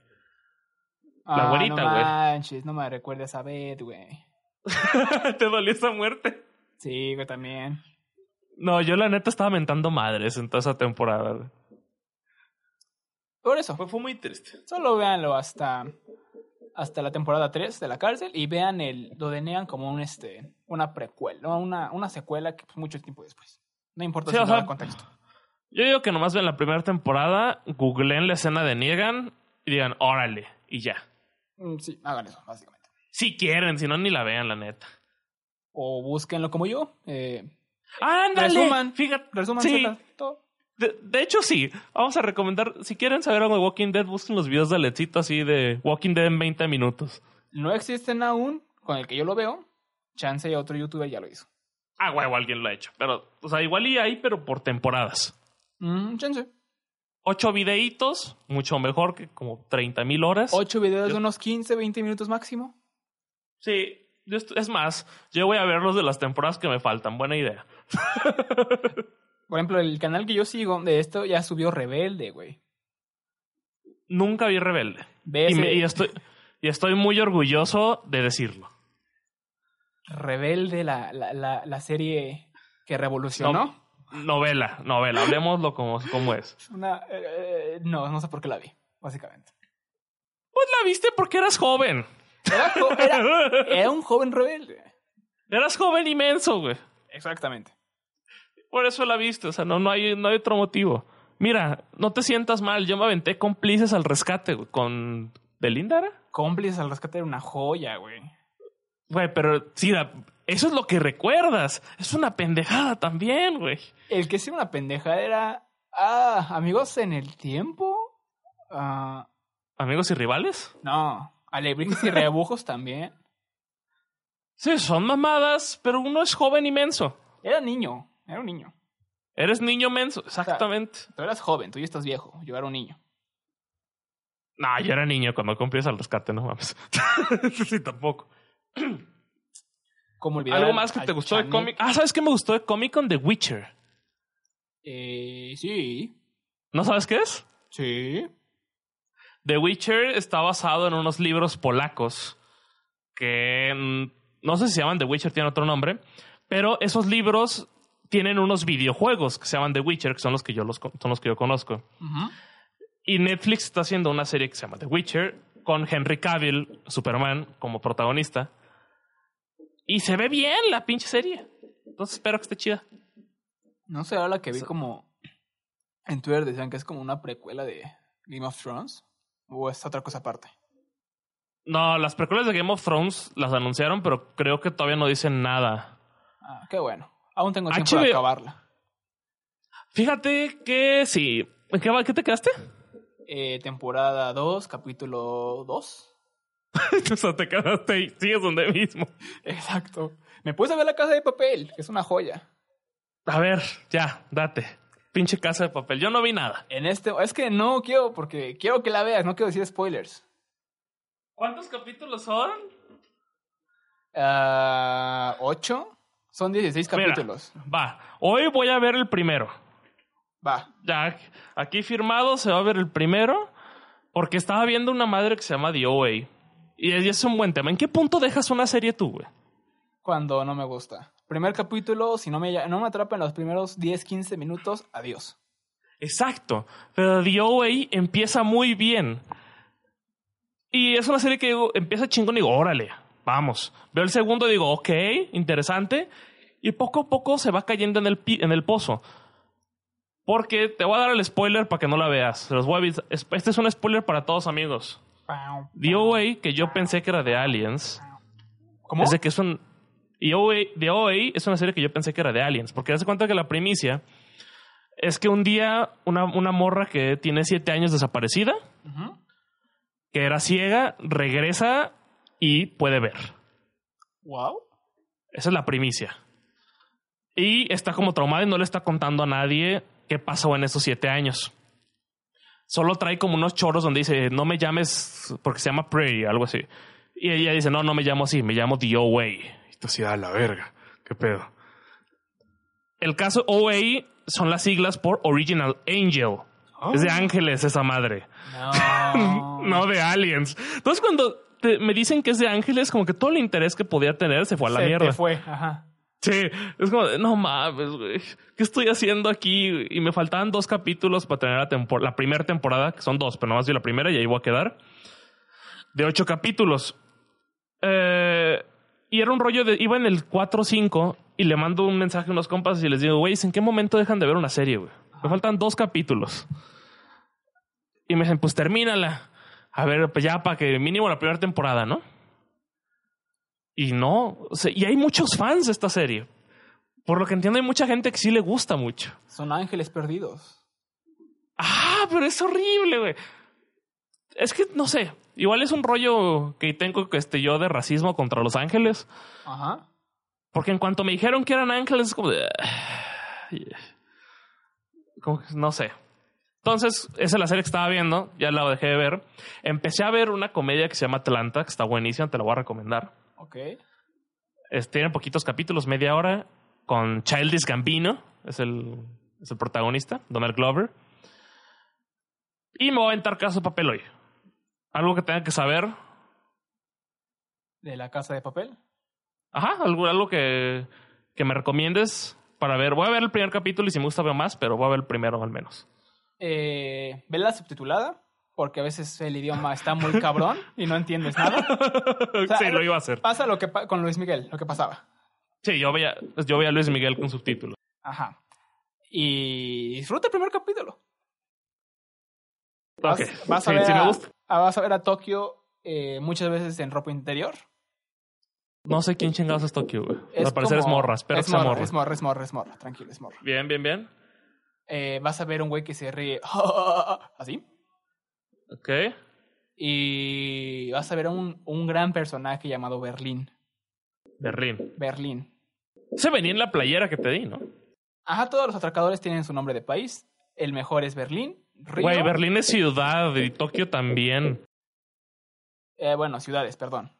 B: La
A: Ah,
B: güerita,
A: no
B: güey.
A: manches, no me recuerdes a Beth, güey.
B: [laughs] ¿Te dolió esa muerte?
A: Sí, güey, también.
B: No, yo la neta estaba mentando madres en toda esa temporada. güey.
A: Por eso,
B: Fue, fue muy triste.
A: solo véanlo hasta, hasta la temporada 3 de la cárcel y vean el, lo de Negan como un este, una precuela, ¿no? una, una secuela que pues, mucho tiempo después. No importa
B: Sí,
A: si
B: o
A: no da
B: sea-
A: contexto.
B: Yo digo que nomás ven la primera temporada, googleen la escena de Negan y digan, órale, y ya.
A: Mm, Sí, hagan eso, básicamente.
B: Si quieren, si no, ni la vean, la neta.
A: O búsquenlo como yo. Eh,
B: ¡Ándale!
A: Resuman.
B: Fíjate.
A: resuman
B: Sí.
A: ciertas- todo.
B: De, de hecho, sí. Vamos a recomendar, si quieren saber algo de Walking Dead, busquen los videos de Alecito así de Walking Dead en 20 minutos.
A: No existen aún, con el que yo lo veo. Chance otro youtuber ya lo hizo.
B: Ah, huevo, alguien lo ha hecho. Pero, o sea, igual y hay, pero por temporadas.
A: Mm, chance.
B: Ocho videitos, mucho mejor que como 30 mil horas.
A: Ocho videos
B: Yo-
A: de unos 15, 20 minutos máximo.
B: Sí, yo est- es más, yo voy a ver los de las temporadas que me faltan. Buena idea.
A: Por ejemplo, el canal que yo sigo de esto ya subió Rebelde, güey.
B: Nunca vi Rebelde.
A: Ve
B: Y, me-
A: ese
B: y estoy, y estoy muy orgulloso de decirlo.
A: Rebelde, la, la, la, la serie que revolucionó.
B: No. Novela, novela, hablemoslo como, como es.
A: Una, eh, eh, no, no sé por qué la vi, básicamente.
B: Pues la viste porque eras joven. [laughs]
A: Era, jo- era- era un joven rebelde.
B: eras joven inmenso, güey.
A: Exactamente.
B: Por eso la viste, o sea, no, no, hay, no hay otro motivo. Mira, no te sientas mal, yo me aventé cómplices al rescate, güey, con Belinda, ¿era?
A: Cómplices al rescate era una joya, güey.
B: Güey, pero sí, la- eso es lo que recuerdas. Es una pendejada también, güey.
A: El que sí era una pendeja era. Ah, amigos en el tiempo. Ah,
B: ¿Amigos y rivales?
A: no. Alebrijes
B: [laughs]
A: y rebujos también.
B: Sí, son mamadas, pero uno es joven y menso.
A: Era niño, era un niño.
B: Eres niño menso, exactamente.
A: Tú eras joven, tú ya estás viejo. Yo era un niño.
B: No, yo era niño cuando cómplices al rescate, no mames. [laughs] sí, tampoco.
A: Como olvidar
B: ¿Algo
A: al-
B: más que
A: al
B: te gustó de
A: Chanek.
B: cómic? Ah, ¿sabes qué me gustó de cómic con The Witcher?
A: Eh, sí,
B: ¿No sabes qué es?
A: sí.
B: The Witcher está basado en unos libros polacos que mm, no sé si se llaman The Witcher, tienen otro nombre, pero esos libros tienen unos videojuegos que se llaman The Witcher, que son los que yo, los, con- son los que yo conozco.
A: Ujú.
B: Y Netflix está haciendo una serie que se llama The Witcher con Henry Cavill, Superman, como protagonista. Y se ve bien la pinche serie. Entonces espero que esté chida.
A: No sé, ahora la que vi
B: So-
A: como en Twitter decían que es como una precuela de Game of Thrones. O es otra cosa aparte.
B: No, las precuelas de Game of Thrones las anunciaron, pero creo que todavía no dicen nada.
A: Ah, qué bueno. Aún tengo tiempo de
B: HBO.
A: acabarla.
B: Fíjate que sí. ¿En qué, va- qué te quedaste?
A: Eh, temporada 2, capítulo 2.
B: [laughs] o sea, te quedaste y sigues donde mismo.
A: Exacto. Me puse a ver la casa de papel, que es una joya.
B: A ver, ya, date. Pinche casa de papel. Yo no vi nada.
A: En este, es que no quiero, porque quiero que la veas, no quiero decir spoilers.
B: ¿Cuántos capítulos son?
A: Ah, ¿Ocho? Son 16
B: Mira.
A: capítulos.
B: Va, hoy voy a ver el primero.
A: Va.
B: Ya, aquí firmado se va a ver el primero. Porque estaba viendo una madre que se llama The OA. Y es- y es un buen tema. ¿En qué punto dejas una serie tú, güey?
A: Cuando no me gusta. Primer capítulo, si no me, no me atrapa en los primeros 10, 15 minutos, adiós.
B: Exacto. Pero The OA empieza muy bien. Y es una serie que digo, empieza chingón y digo, órale, vamos. Veo el segundo y digo, ok, interesante. Y poco a poco se va cayendo en el, pi- en el pozo. Porque te voy a dar el spoiler para que no la veas. Se Los voy a avis- este es un spoiler para todos, amigos. The OA, que yo pensé que era de Aliens,
A: ¿Cómo?
B: es de que es un. Y OA The OA es una serie que yo pensé que era de Aliens, porque hace cuenta que la primicia es que un día una, una morra que tiene siete años desaparecida,
A: Ujú.
B: que era ciega, regresa y puede ver.
A: Wow.
B: Esa es la primicia. Y está como traumada y no le está contando a nadie qué pasó en esos siete años. Solo trae como unos choros donde dice, no me llames porque se llama Prairie, algo así. Y ella dice, no, no me llamo así, me llamo The OA. Y tú así, a la verga, qué pedo. El caso OA son las siglas por Original Angel. Es de ángeles esa madre.
A: No.
B: [laughs] No de aliens. Entonces cuando te- me dicen que es de ángeles, como que todo el interés que podía tener se fue a la
A: Se te
B: mierda.
A: fue, ajá.
B: Sí, es como, de, no mames, güey. ¿Qué estoy haciendo aquí? Y me faltaban dos capítulos para tener la, tempor- la primera temporada, que son dos, pero nomás vi la primera y ahí voy a quedar. De ocho capítulos. Eh, y era un rollo de. Iba en el 4 o 5 y le mando un mensaje a unos compas y les digo, güey, ¿en qué momento dejan de ver una serie, güey? Me faltan dos capítulos. Y me dicen, pues termínala. A ver, pues ya para que mínimo la primera temporada, ¿no? Y no, o sea, y hay muchos fans de esta serie. Por lo que entiendo, hay mucha gente que sí le gusta mucho.
A: Son ángeles perdidos.
B: Ah, pero es horrible, güey. Es que no sé, igual es un rollo que tengo que este yo de racismo contra Los Ángeles,
A: Ajá.
B: Porque en cuanto me dijeron que eran ángeles, es como de. ah, yeah. Como que no sé. Entonces, esa es la serie que estaba viendo, ya la dejé de ver. Empecé a ver una comedia que se llama Atlanta, que está buenísima, te la voy a recomendar.
A: Ok.
B: Es- tiene poquitos capítulos, media hora, con Childish Gambino, es el, es el protagonista, Donald Glover. Y me voy a aventar caso papel hoy. Algo que tenga que saber.
A: De la casa de papel.
B: Ajá, algo, algo que, que me recomiendes para ver. Voy a ver el primer capítulo y si me gusta veo más, pero voy a ver el primero
A: [laughs]
B: al menos.
A: Eh, vela subtitulada, porque a veces el idioma está muy cabrón y no entiendes
B: [laughs]
A: nada.
B: sí, lo iba a hacer.
A: Pasa lo que pa- con Luis Miguel, lo que pasaba.
B: Sí, yo veía, yo veía a Luis Miguel con subtítulos.
A: Ajá. Y disfruta el primer capítulo. Vas,
B: Ok,
A: vas a
B: sí,
A: ver
B: sí me
A: a-
B: gusta.
A: a- vas a ver a Tokio eh, muchas veces en ropa interior.
B: No sé quién chingados es Tokio, güey.
A: Es
B: Al parecer es
A: como-
B: morra, espero
A: es
B: que sea
A: morra,
B: morra.
A: Es morra, es morra, es morra. Tranquilo, es morra.
B: Bien, bien, bien.
A: Eh, vas a ver un güey que se ríe [laughs] así.
B: Ok.
A: Y vas a ver a un, un gran personaje llamado Berlín.
B: Berlín.
A: Berlín.
B: Se venía en la playera que te di, ¿no?
A: Ajá, todos los atracadores tienen su nombre de país. El mejor es Berlín. Río.
B: Güey, Berlín es ciudad y Tokio también.
A: Eh, bueno, ciudades,
B: [laughs]
A: perdón.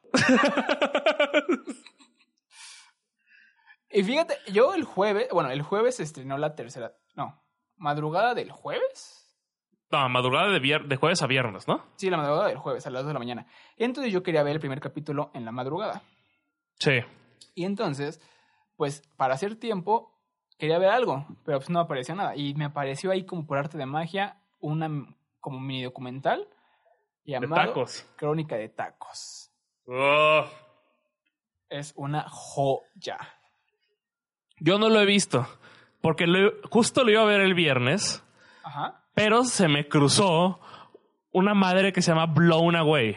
A: Y fíjate, yo el jueves, bueno, el jueves se estrenó la tercera, no, madrugada del jueves.
B: no, madrugada de, vier- de jueves a viernes, ¿no?
A: Sí, la madrugada del jueves, a las 2 de la mañana. Entonces yo quería ver el primer capítulo en la madrugada.
B: Sí.
A: Y entonces, pues para hacer tiempo, quería ver algo, pero pues no apareció nada. Y me apareció ahí como por arte de magia una m- como mini documental
B: De
A: llamado
B: tacos.
A: Crónica de Tacos.
B: Oh.
A: Es una joya.
B: Yo no lo he visto. Porque lo- justo lo iba a ver el viernes,
A: Ajá.
B: pero se me cruzó una madre que se llama Blown Away.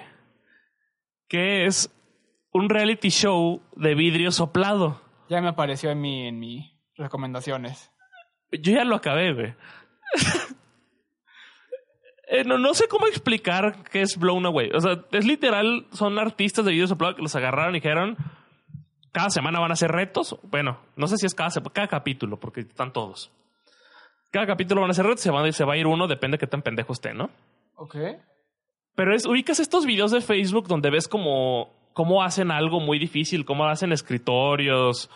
B: Que es un reality show de vidrio soplado.
A: Ya me apareció en mi, en mis recomendaciones.
B: Yo ya lo acabé, güey. Eh, no, no sé cómo explicar qué es Blown Away. O sea, es literal, son artistas de videos soplado que los agarraron y dijeron, cada semana van a hacer retos. Bueno, no sé si es cada, sema- cada capítulo, porque están todos. Cada capítulo van a hacer retos, se va, se va a ir uno, depende de qué tan pendejo esté, ¿no?
A: Ok.
B: Pero es, ubicas estos videos de Facebook donde ves como cómo hacen algo muy difícil, cómo hacen escritorios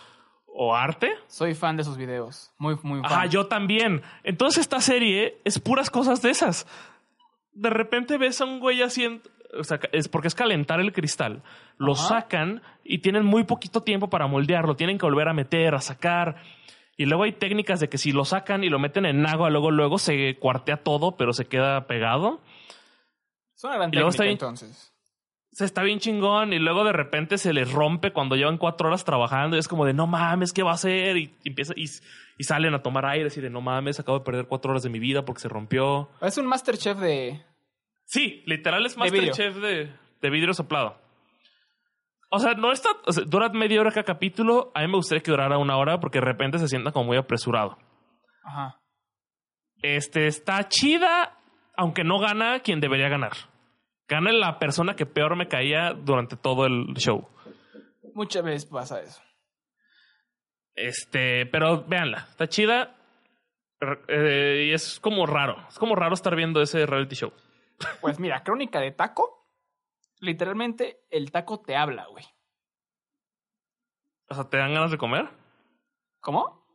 B: o arte.
A: Soy fan de sus videos. Muy, muy fan.
B: Ajá, yo también. Entonces esta serie es puras cosas de esas. De repente ves a un güey haciendo... O sea, es porque es calentar el cristal. Lo
A: Ajá.
B: sacan y tienen muy poquito tiempo para moldearlo. Tienen que volver a meter, a sacar. Y luego hay técnicas de que si lo sacan y lo meten en agua, luego, luego se cuartea todo, pero se queda pegado.
A: Es una gran
B: Y
A: técnica,
B: luego está bien-
A: entonces.
B: se está bien chingón y luego de repente se les rompe cuando llevan cuatro horas trabajando y es como de no mames, ¿qué va a hacer? Y, y empieza y, y salen a tomar aire y de no mames, acabo de perder cuatro horas de mi vida porque se rompió.
A: Es un Masterchef de...
B: Sí, literal es
A: De vidrio.
B: Masterchef de, de vidrio soplado. O sea, no está, o sea, dura media hora cada capítulo, a mí me gustaría que durara una hora porque de repente se sienta como muy apresurado.
A: Ajá.
B: Este está chida, aunque no gana quien debería ganar. Gana la persona que peor me caía durante todo el show.
A: Muchas veces pasa eso.
B: Este, pero véanla, está chida. r- eh, y es como raro. Es como raro estar viendo ese reality show.
A: Pues mira, Crónica de Taco. Literalmente, el taco te habla, güey.
B: O sea, ¿te dan ganas de comer?
A: ¿Cómo?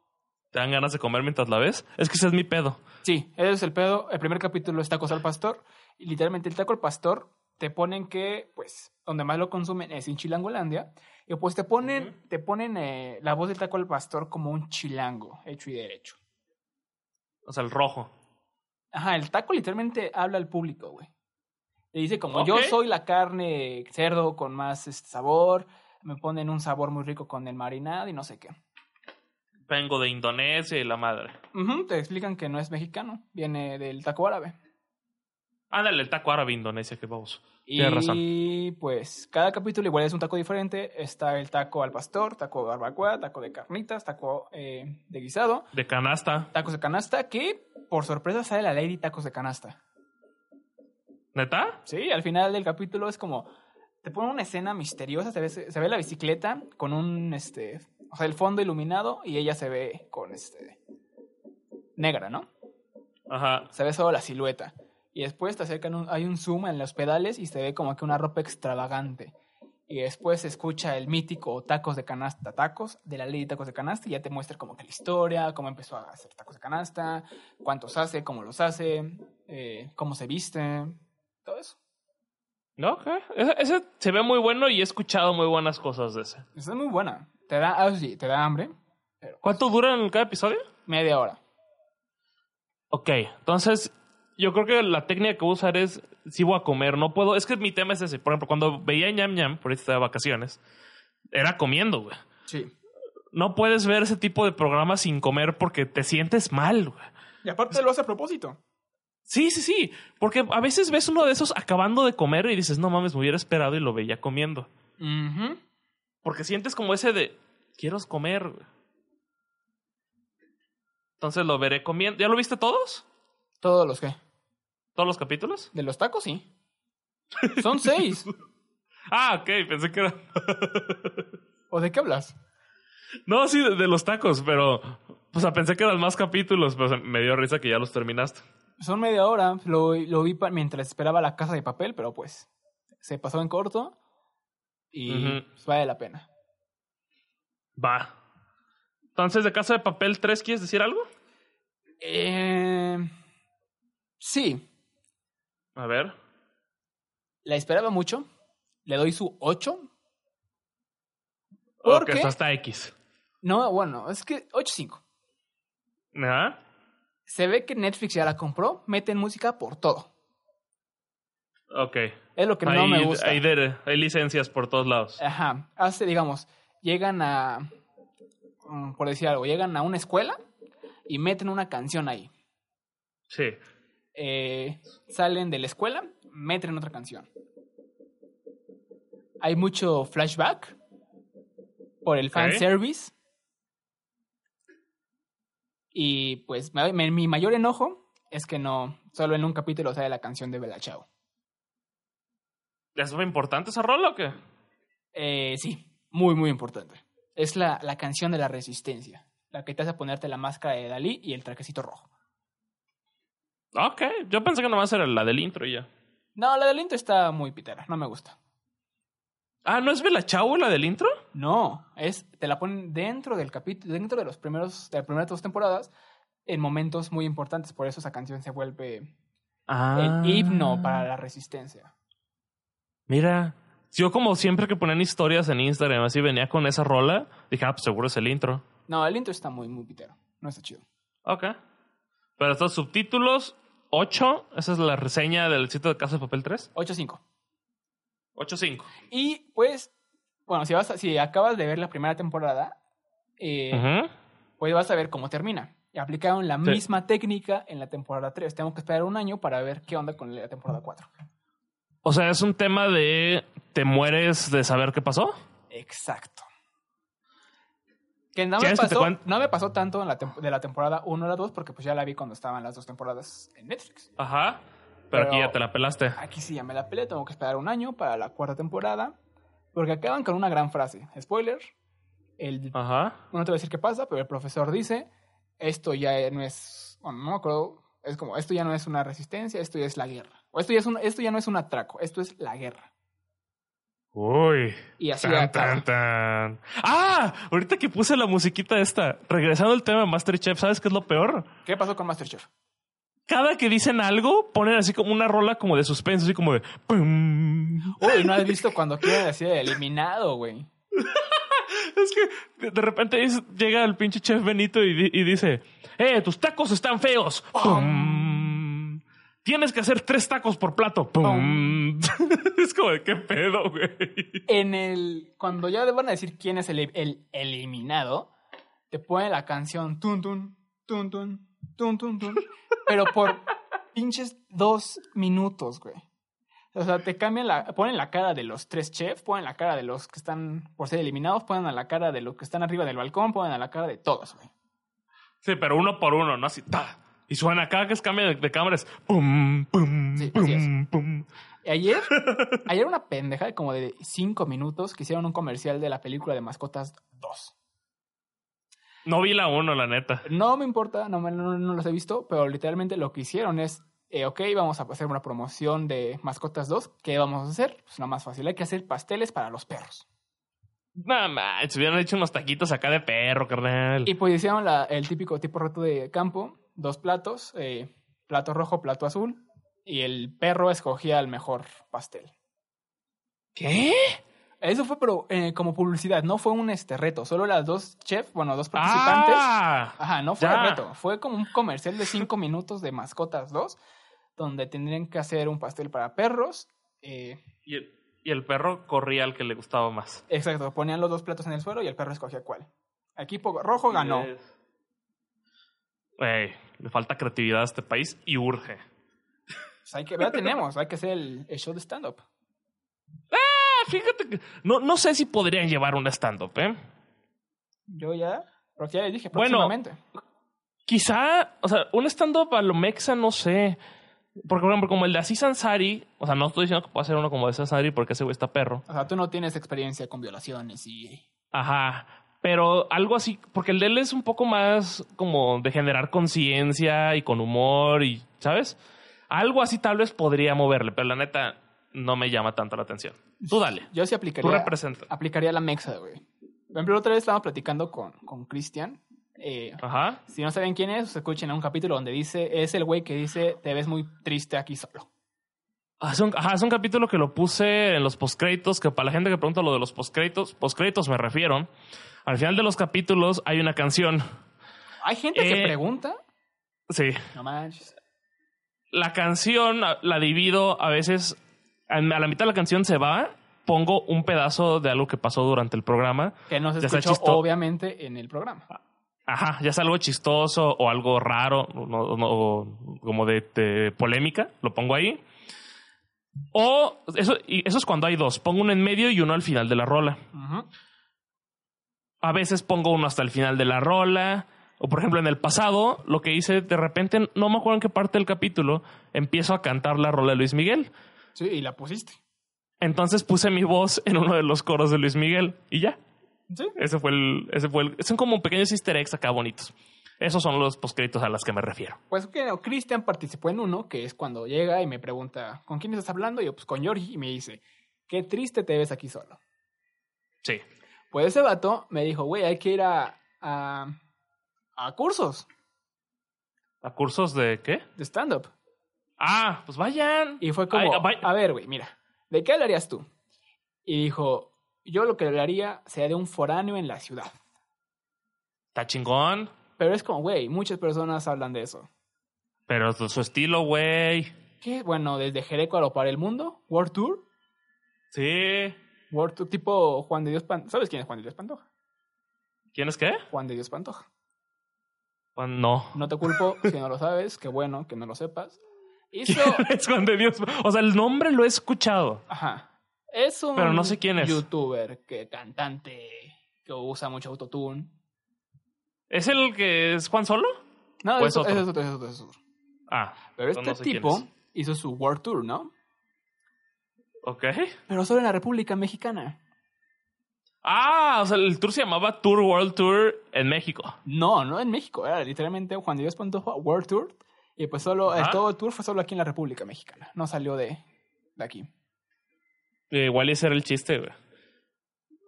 B: ¿Te dan ganas de comer mientras la ves? Es que ese es mi pedo.
A: Sí, ese es el pedo. El primer capítulo es tacos al pastor. Y literalmente el taco al pastor te ponen que, pues, donde más lo consumen es en Chilangolandia. Y pues te ponen, te ponen eh, la voz del taco al pastor como un chilango, hecho y derecho.
B: O sea, el rojo.
A: Ajá, el taco literalmente habla al público, güey. Le dice como yo
B: Ok.
A: soy la carne cerdo con más este, sabor, me ponen un sabor muy rico con el marinado y no sé qué.
B: Vengo de Indonesia y la madre.
A: Ujú, te explican que no es mexicano, viene del taco árabe.
B: Ándale, el taco árabe Indonesia, qué vamos.
A: Y
B: Tienes razón.
A: pues cada capítulo igual es un taco diferente. Está el taco al pastor, taco de barbacoa, taco de carnitas, taco eh, de guisado,
B: De canasta.
A: tacos de canasta, que por sorpresa sale la lady tacos de canasta.
B: ¿Neta?
A: Sí, al final del capítulo es como. Te pone una escena misteriosa, se ve, se ve la bicicleta con un este o sea, el fondo iluminado y ella se ve con este negra, ¿no?
B: Ajá.
A: Se ve solo la silueta. Y después te acercan, un- hay un zoom en los pedales y se ve como que una ropa extravagante. Y después se escucha el mítico tacos de canasta, tacos, de la ley de tacos de canasta, y ya te muestra como que la historia, cómo empezó a hacer tacos de canasta, cuántos hace, cómo los hace, eh, cómo se viste, todo eso.
B: No, ok. Ese, ese se ve muy bueno y he escuchado muy buenas cosas de ese.
A: Está muy buena. Te da, ah, sí, te da hambre,
B: ¿Cuánto dura en cada episodio?
A: media hora.
B: Ok, entonces yo creo que la técnica que voy a usar es si voy a comer, no puedo. Es que mi tema es ese. Por ejemplo, cuando veía ñam ñam, por ahí estaba de vacaciones, era comiendo, güey.
A: Sí.
B: No puedes ver ese tipo de programas sin comer porque te sientes mal, güey.
A: Y aparte lo hace a propósito.
B: Sí, sí, sí. Porque a veces ves uno de esos acabando de comer y dices, no mames, me hubiera esperado y lo veía comiendo. Porque sientes como ese de, quiero comer. güey. Entonces lo veré comiendo. ¿Ya lo viste todos?
A: Todos los que.
B: ¿Todos los capítulos?
A: De los tacos, sí. Son [laughs] seis.
B: Ah, ok, pensé que era...
A: ¿O de qué hablas?
B: No, sí, de, de los tacos, pero... O sea, pensé que eran más capítulos, pero se- me dio risa que ya los terminaste.
A: Son media hora. Lo, lo vi pa- mientras esperaba la casa de papel, pero pues se pasó en corto y
B: Ujú.
A: pues, vale la pena.
B: Va. Entonces, de Casa de Papel 3, ¿quieres decir algo?
A: Eh, sí,
B: A ver.
A: la esperaba mucho. Le doy su 8. ¿Por
B: Porque
A: qué?
B: hasta X.
A: No, bueno, es que 8.5.
B: Ajá.
A: Se ve que Netflix ya la compró. Meten música por todo.
B: Ok.
A: Es lo que no
B: hay,
A: me gusta.
B: Hay, de- hay licencias por todos lados.
A: Ajá, hace, digamos, llegan a, mm, por decir algo, llegan a una escuela y meten una canción ahí.
B: Sí.
A: Eh, salen de la escuela, meten otra canción. Hay mucho flashback por el fan service. Y pues me- me- mi mayor enojo es que no, solo en un capítulo sale la canción de Bella Ciao.
B: ¿Es muy importante ese rol o qué?
A: Eh, sí, muy, muy importante. Es la, la canción de la resistencia, la que te hace ponerte la máscara de Dalí y el traquecito rojo.
B: Ok. Yo pensé que nomás era la del intro y ya.
A: No, la del intro está muy pitera, no me gusta.
B: Ah, ¿no es Bella Chau la del intro?
A: No, es, te la ponen dentro del capítulo, dentro de los primeros, de las primeras dos temporadas, en momentos muy importantes. Por eso esa canción se vuelve
B: Ah.
A: el himno Eh, para la resistencia.
B: Mira, yo como siempre que ponían historias en Instagram, así venía con esa rola, dije, ah, pues seguro es el intro.
A: No, el intro está muy, muy pitero. No está chido.
B: Ok. Pero estos subtítulos, 8, esa es la reseña del sitio de Casa de Papel 3.
A: 8-5.
B: 8-5.
A: Y pues, bueno, si, vas a- si acabas de ver la primera temporada, eh,
B: Ujú.
A: pues vas a ver cómo termina. Y aplicaron la
B: Sí.
A: misma técnica en la temporada 3. Tengo que esperar un año para ver qué onda con la temporada 4.
B: O sea, es un tema de te mueres de saber qué pasó.
A: Exacto. Que no me,
B: ¿Quieres que te
A: pasó,
B: cuente?
A: no me pasó tanto en la tem- de la temporada 1 a la 2 porque pues ya la vi cuando estaban las dos temporadas en Netflix.
B: Ajá. Pero,
A: Pero-
B: aquí ya te la pelaste.
A: Aquí sí ya me la peleé, tengo que esperar un año para la cuarta temporada porque acaban con una gran frase. Spoiler,
B: Ah.
A: el
B: Ajá.
A: no te voy a decir qué pasa, pero el profesor dice, esto ya no es, bueno, no me acuerdo, es como, esto ya no es una resistencia, esto ya es la guerra. O esto ya, es un- esto ya no es un atraco, esto es la guerra.
B: Uy.
A: Y así
B: Tan,
A: acaba.
B: tan, tan. ¡Ah! Ahorita que puse la musiquita esta, regresando al tema de Masterchef, ¿sabes qué es lo peor?
A: ¿Qué pasó con Masterchef?
B: Cada que dicen algo, ponen así como una rola como de suspenso, así como de. pum.
A: Uy, ¿no has visto cuando quieren decir eliminado, güey?
B: Es que de- de repente es- llega el pinche chef Benito y, di- y dice: ¡Eh, tus tacos están feos!
A: Oh.
B: Pum. Tienes que hacer tres tacos por plato.
A: Oh.
B: Pum. [laughs] es como de qué pedo, güey.
A: En el, cuando ya van a decir quién es el, el eliminado, te ponen la canción tun tun, tun tun, tun tun tun, pero por pinches dos minutos, güey. O sea, te cambian la, ponen la cara de los tres chefs, ponen la cara de los que están por ser eliminados, ponen a la cara de los que están arriba del balcón, ponen a la cara de todos, güey.
B: Sí, pero uno por uno, no así. ta. Y suena cada que es cambio de, de cámara es pum, pum,
A: Sí, así es.
B: pum, pum.
A: Y Ayer, ayer una pendeja de como de cinco minutos que hicieron un comercial de la película de Mascotas 2.
B: No vi la uno, la neta.
A: No me importa, no, me- no- no los he visto, pero literalmente lo que hicieron es, eh, ok, vamos a hacer una promoción de Mascotas 2. ¿Qué vamos a hacer? Pues nada más fácil, hay que hacer pasteles para los perros.
B: Nada más, hubieran hecho unos taquitos acá de perro, carnal.
A: Y pues hicieron la- el típico tipo reto de campo, dos platos, eh, plato rojo, plato azul, y el perro escogía el mejor pastel.
B: ¿Qué?
A: Eso fue pero, eh, como publicidad, no fue un este reto, solo las dos chefs, bueno, dos participantes.
B: Ah,
A: Ajá, no fue
B: Ya.
A: reto, fue como un comercial de cinco minutos de Mascotas 2, donde tendrían que hacer un pastel para perros. eh,
B: y, el, y el perro corría al que le gustaba más.
A: exacto, ponían los dos platos en el suelo y el perro escogía cuál. Aquí po- rojo ganó.
B: eh. Ey, le falta creatividad a este país y urge.
A: Pues hay que, ya tenemos, hay que hacer el, el show de stand-up.
B: Ah, fíjate que no, no sé si podrían llevar un stand-up, ¿eh?
A: Yo ya, porque ya les dije,
B: Bueno.
A: próximamente.
B: Quizá, o sea, un stand-up a lo mexa, no sé. Porque, por ejemplo, como el de Aziz Ansari, o sea, no estoy diciendo que pueda ser uno como de Aziz Ansari porque ese güey está perro.
A: O sea, tú no tienes experiencia con violaciones y...
B: Ajá. Pero algo así, porque el de él es un poco más como de generar conciencia y con humor y, ¿sabes? Algo así tal vez podría moverle, pero la neta no me llama tanto la atención. Tú dale,
A: Yo sí
B: tú
A: aplicaría...
B: representa.
A: Aplicaría la mexa, güey. Por ejemplo, otra vez estábamos platicando con con Cristian. eh,
B: Ajá.
A: Si no saben quién es, escuchen a un capítulo donde dice, es el güey que dice, te ves muy triste aquí solo.
B: Ah, Es un, ajá, es un capítulo que lo puse en los postcréditos, que para la gente que pregunta lo de los postcréditos, postcréditos me refiero. Al final de los capítulos hay una canción.
A: Hay gente que
B: Eh.
A: pregunta,
B: Sí.
A: no manches,
B: la canción a- la divido a veces a la mitad de la canción se va pongo un pedazo de algo que pasó durante el programa
A: que no se
B: Ya está Ah.
A: escuchó
B: chisto-
A: obviamente en el programa.
B: ajá ya sea algo chistoso o algo raro o no- o no- o como de, de polémica lo pongo ahí o eso y eso es cuando hay dos pongo uno en medio y uno al final de la rola
A: Ujú.
B: a veces pongo uno hasta el final de la rola. O por ejemplo, en el pasado, lo que hice de repente, no me acuerdo en qué parte del capítulo, empiezo a cantar la rola de Luis Miguel.
A: Sí, y la pusiste.
B: Entonces puse mi voz en uno de los coros de Luis Miguel y ya.
A: Sí.
B: Ese fue el, ese fue el, son como pequeños easter eggs acá bonitos. Esos son los postcréditos a las que me refiero.
A: Pues que no, Cristian participó en uno, que es cuando llega y me pregunta, ¿con quién estás hablando? Y yo, pues con Georgie, y me dice, qué triste te ves aquí solo.
B: Sí.
A: Pues ese vato me dijo, güey, hay que ir a, a, a cursos
B: ¿A cursos de qué?
A: de stand-up.
B: Ah, pues vayan.
A: Y fue como,
B: Ay, vaya-
A: a ver, güey, mira, ¿de qué hablarías tú? Y dijo, yo lo que hablaría sería de un foráneo en la ciudad.
B: Está chingón.
A: Pero es como, güey, muchas personas hablan de eso.
B: Pero su su estilo, güey.
A: ¿Qué? Bueno, desde Jerecuaro para el mundo, World Tour,
B: Sí.
A: World Tour tipo Juan de Dios Pantoja. ¿Sabes quién es Juan de Dios Pantoja?
B: ¿Quién es qué?
A: Juan de Dios Pantoja.
B: Juan- No. [laughs]
A: No te culpo si no lo sabes, qué bueno que no lo sepas.
B: [laughs]
A: Hizo,
B: es Juan de Dios. O sea, el nombre lo he escuchado.
A: ajá, es un
B: Pero no sé quién es.
A: youtuber, que cantante, que usa mucho autotune.
B: ¿Es el que es Juan Solo?
A: No,
B: ¿O es
A: eso,
B: otro?
A: eso es otro, eso es otro, eso es otro.
B: Ah,
A: Pero este
B: No sé quién
A: tipo
B: es.
A: hizo su World Tour, ¿no?
B: ok.
A: Pero solo en la República Mexicana.
B: Ah, o sea, el tour se llamaba Tour World Tour en México.
A: No, no en México. Era literalmente Juan de Dios Pantoja World Tour. Y pues solo,
B: Ajá.
A: el todo el tour fue solo aquí en la República Mexicana. No salió de, de aquí.
B: Eh, igual ese era el chiste, güey.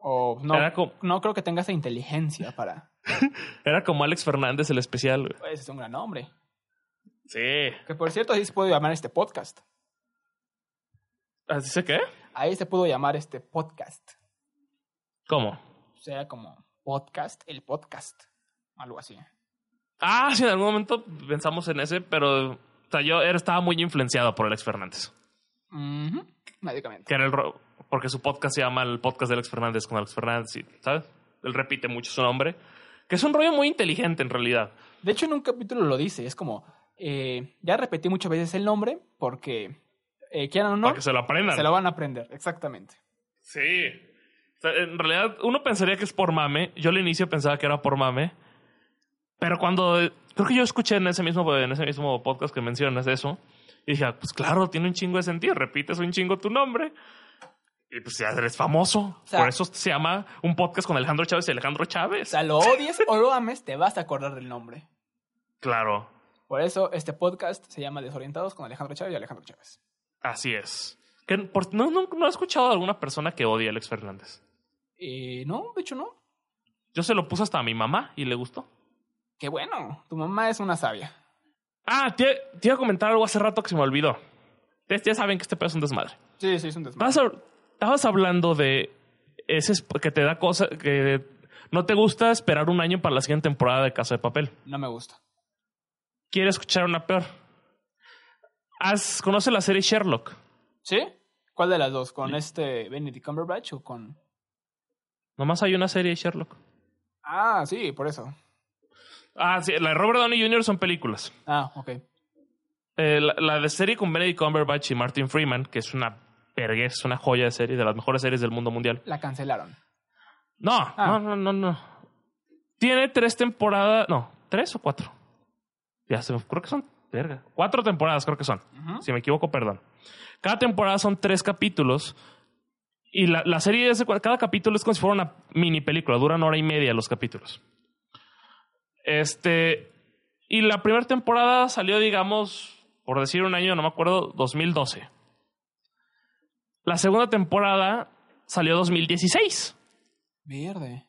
A: O no,
B: Era como-
A: no creo que tenga esa inteligencia para...
B: Era como Alex Fernández el especial, güey.
A: Ese es un gran hombre.
B: Sí.
A: Que por cierto, ahí se puede llamar este podcast.
B: ¿Así se qué?
A: Ahí se pudo llamar este podcast.
B: ¿Cómo?
A: O sea, como podcast, el podcast. Algo así.
B: Ah, sí, en algún momento pensamos en ese, pero o sea, yo era- estaba muy influenciado por Alex Fernández.
A: Ujú, Básicamente.
B: Que era el ro- porque su podcast se llama el podcast de Alex Fernández con Alex Fernández, y, ¿sabes? Él repite mucho su nombre. Que es un rollo muy inteligente en realidad.
A: De hecho, en un capítulo lo dice, es como, eh, ya repetí muchas veces el nombre porque, eh, quieran o no,
B: Para que se lo aprendan.
A: se lo van a aprender, exactamente.
B: Sí. O sea, en realidad, uno pensaría que es por mame. Yo al inicio pensaba que era por mame. Pero cuando. Creo que yo escuché en ese mismo, en ese mismo podcast que mencionas eso. Y dije, ah, pues claro, tiene un chingo de sentido. Repites un chingo tu nombre. Y pues ya eres famoso.
A: sea-
B: Por eso se llama un podcast con Alejandro Chávez y Alejandro
A: O
B: Chávez.
A: sea, lo odies o lo ames, te vas a acordar del nombre.
B: Claro,
A: Por eso este podcast se llama Desorientados con Alejandro Chávez y Alejandro Chávez.
B: así es. Que por- no, no, no he escuchado de alguna persona que odie a Alex Fernández.
A: Eh, no, de hecho no.
B: Yo se lo puse hasta a mi mamá y le gustó.
A: Qué bueno, tu mamá es una sabia.
B: Ah, te, te iba a comentar algo hace rato que se me olvidó. Ustedes ya saben que este pedo es un desmadre.
A: Sí, sí, es un desmadre.
B: Estabas, hab- estabas hablando de ese esp- que te da cosa que no te gusta esperar un año para la siguiente temporada de Casa de Papel.
A: No me gusta.
B: ¿Quieres escuchar una peor? Haz, ¿Conoce la serie Sherlock?
A: ¿Sí? ¿Cuál de las dos? ¿Con este Benedict Cumberbatch o con...?
B: Nomás hay una serie de Sherlock.
A: Ah, sí, por eso.
B: Ah, sí, la de Robert Downey Jr. son películas.
A: Ah, ok.
B: Eh, la, la de serie con Benedict Cumberbatch y Martin Freeman, que es una vergüenza, es una joya de serie, de las mejores series del mundo mundial.
A: La cancelaron.
B: No,
A: Ah.
B: no, no, no, no. Tiene tres temporadas. No, tres o cuatro. Ya se me creo que son. Verga. Cuatro temporadas, creo que son.
A: Ujú.
B: Si me equivoco, perdón. Cada temporada son tres capítulos. Y la, la serie es de cua- cada capítulo es como si fuera una mini película. Duran hora y media los capítulos. Este. Y la primera temporada salió, digamos, por decir un año, no me acuerdo, 2012. La segunda temporada salió 2016.
A: Verde.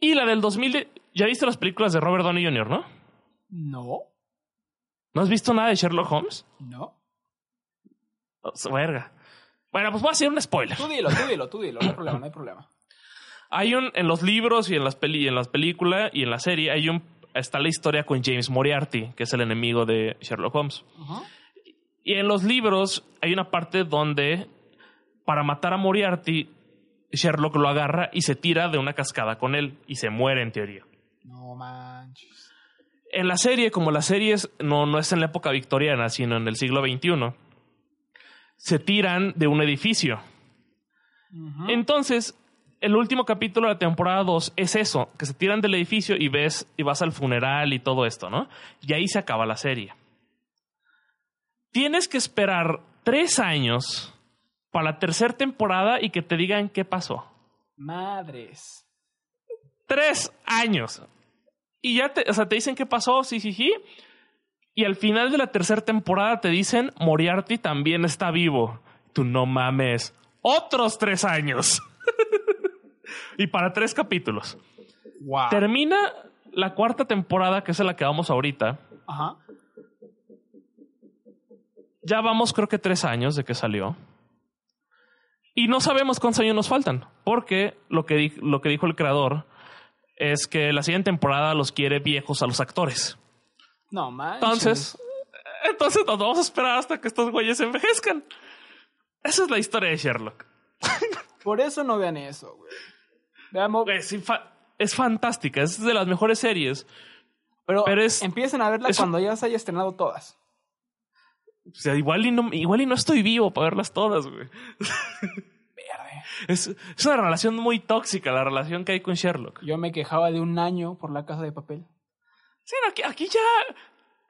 B: Y la del 2000, de- ya viste las películas de Robert Downey Jr., ¿no?
A: No,
B: ¿No has visto nada de Sherlock Holmes?
A: no.
B: O sea, verga. Bueno, pues voy a hacer un
A: [laughs]
B: spoiler.
A: Tú dilo, tú dilo, tú dilo. No hay problema, no hay problema.
B: Hay un en los libros y en las peli, en las películas y en la serie hay un está la historia con James Moriarty, que es el enemigo de Sherlock Holmes.
A: Ujú.
B: Y en los libros hay una parte donde para matar a Moriarty Sherlock lo agarra y se tira de una cascada con él y se muere en teoría.
A: No manches.
B: en la serie, como la serie es- no, no es en la época victoriana, sino en el siglo XXI, se tiran de un edificio.
A: Ujú.
B: Entonces, el último capítulo de la temporada 2 es eso, que se tiran del edificio y ves y vas al funeral y todo esto, ¿no? Y ahí se acaba la serie. Tienes que esperar tres años para la tercera temporada y que te digan qué pasó.
A: Madres.
B: Tres años. Y ya te, o sea, te dicen qué pasó, sí, sí, sí. Y al final de la tercera temporada te dicen Moriarty también está vivo. Tú no mames. Otros tres años. [laughs] y para tres capítulos.
A: Wow.
B: Termina la cuarta temporada, que es a la que vamos ahorita.
A: Ajá.
B: Ya vamos, creo que tres años de que salió. Y no sabemos cuántos años nos faltan, porque lo que, di- lo que dijo el creador es que la siguiente temporada los quiere viejos a los actores.
A: No manches.
B: Entonces, entonces nos vamos a esperar hasta que estos güeyes se envejezcan. Esa es la historia de Sherlock.
A: Por eso no vean eso, güey. Veamos.
B: Güey, sí, fa- es fantástica, es de las mejores series.
A: Pero,
B: pero es-
A: empiecen a verla
B: es-
A: cuando ya se haya estrenado todas.
B: O sea, igual y no, igual y no estoy vivo para verlas todas, güey.
A: Verde.
B: Es, es una relación muy tóxica la relación que hay con Sherlock.
A: Yo me quejaba de un año por la casa de papel.
B: Sí, no, aquí, aquí ya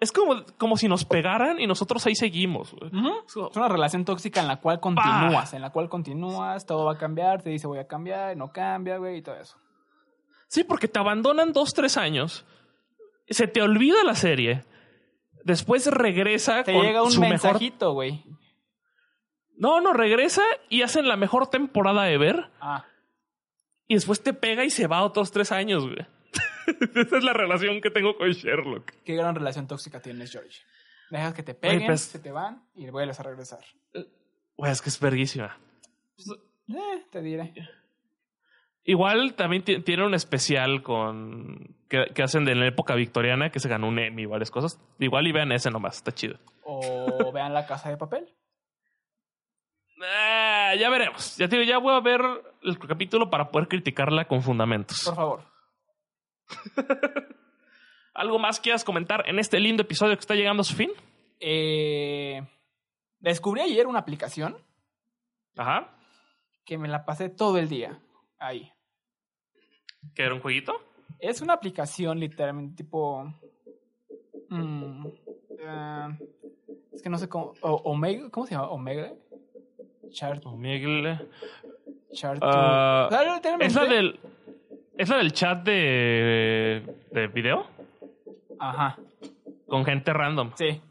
B: es como, como si nos pegaran y nosotros ahí seguimos. güey.
A: Ujú.
B: Es como,
A: Es una relación tóxica en la cual continúas, en la cual continúas, todo va a cambiar, te dice voy a cambiar, no cambia, güey, y todo eso.
B: Sí, porque te abandonan dos, tres años, se te olvida la serie, después regresa
A: Te
B: con
A: llega un
B: su mejor
A: mensajito, güey.
B: No, no, regresa y hacen la mejor temporada ever.
A: Ah,
B: Y después te pega y se va otros tres años, güey. [laughs] Esa es la relación que tengo con Sherlock.
A: qué gran relación tóxica tienes, George. Dejas que te peguen,
B: pues-
A: se te van y vuelves a regresar.
B: Güey, es que es verguísima.
A: Eh, te diré.
B: Igual también ti- tiene un especial con que, que hacen de la época victoriana que se ganó un Emmy y varias cosas. Igual y vean ese nomás, está chido.
A: O [laughs] vean la casa de papel.
B: Ah, ya veremos. Ya te digo, ya voy a ver el capítulo para poder criticarla con fundamentos.
A: Por favor.
B: ¿Algo más quieras comentar en este lindo episodio que está llegando a su fin?
A: Eh, descubrí ayer una aplicación
B: Ajá.
A: que me la pasé todo el día ahí.
B: ¿Que era un jueguito?
A: Es una aplicación literalmente tipo... mm, ah, es que no sé cómo... o- Omega, ¿Cómo se llama? Omega. Chart.
B: Omegle.
A: Chart.
B: Ah,
A: Claro, tiene
B: ¿Es la
A: mente.
B: del. ¿Es la del chat de. de video?
A: Ajá.
B: Con gente random.
A: Sí.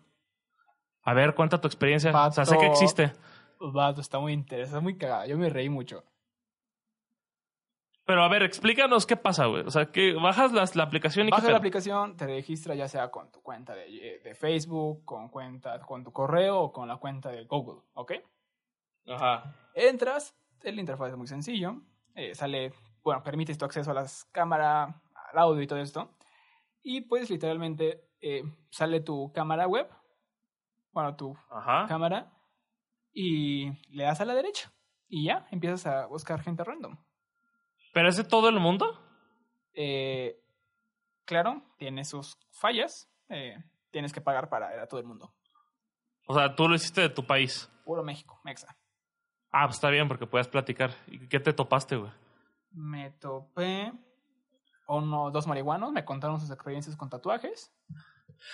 B: A ver, cuenta tu experiencia. O sea, sé que
A: Pato.
B: existe.
A: Vato, está muy interesante. Está muy cagada. Yo me reí mucho.
B: Pero a ver, explícanos qué pasa, güey. O sea, que bajas las- la aplicación y qué
A: Baja la
B: pedo.
A: aplicación, te registra ya sea con tu cuenta de, eh, de Facebook, con, cuenta, con tu correo o con la cuenta de Google, ¿ok?
B: Ajá.
A: Entras, el interfaz es muy sencillo, eh, sale, bueno, permites tu acceso a las cámaras, al audio y todo esto, y pues literalmente eh, sale tu cámara web, bueno, tu
B: Ajá.
A: cámara, y le das a la derecha, y ya, empiezas a buscar gente random.
B: ¿Pero es de todo el mundo?
A: Eh, claro, tiene sus fallas, eh, tienes que pagar para ver a todo el mundo.
B: O sea, tú lo hiciste de tu país.
A: Puro México, Mexa.
B: Ah, pues está bien, porque puedes platicar. ¿Y qué te topaste, güey?
A: Me topé uno, dos marihuanos, me contaron sus experiencias con tatuajes.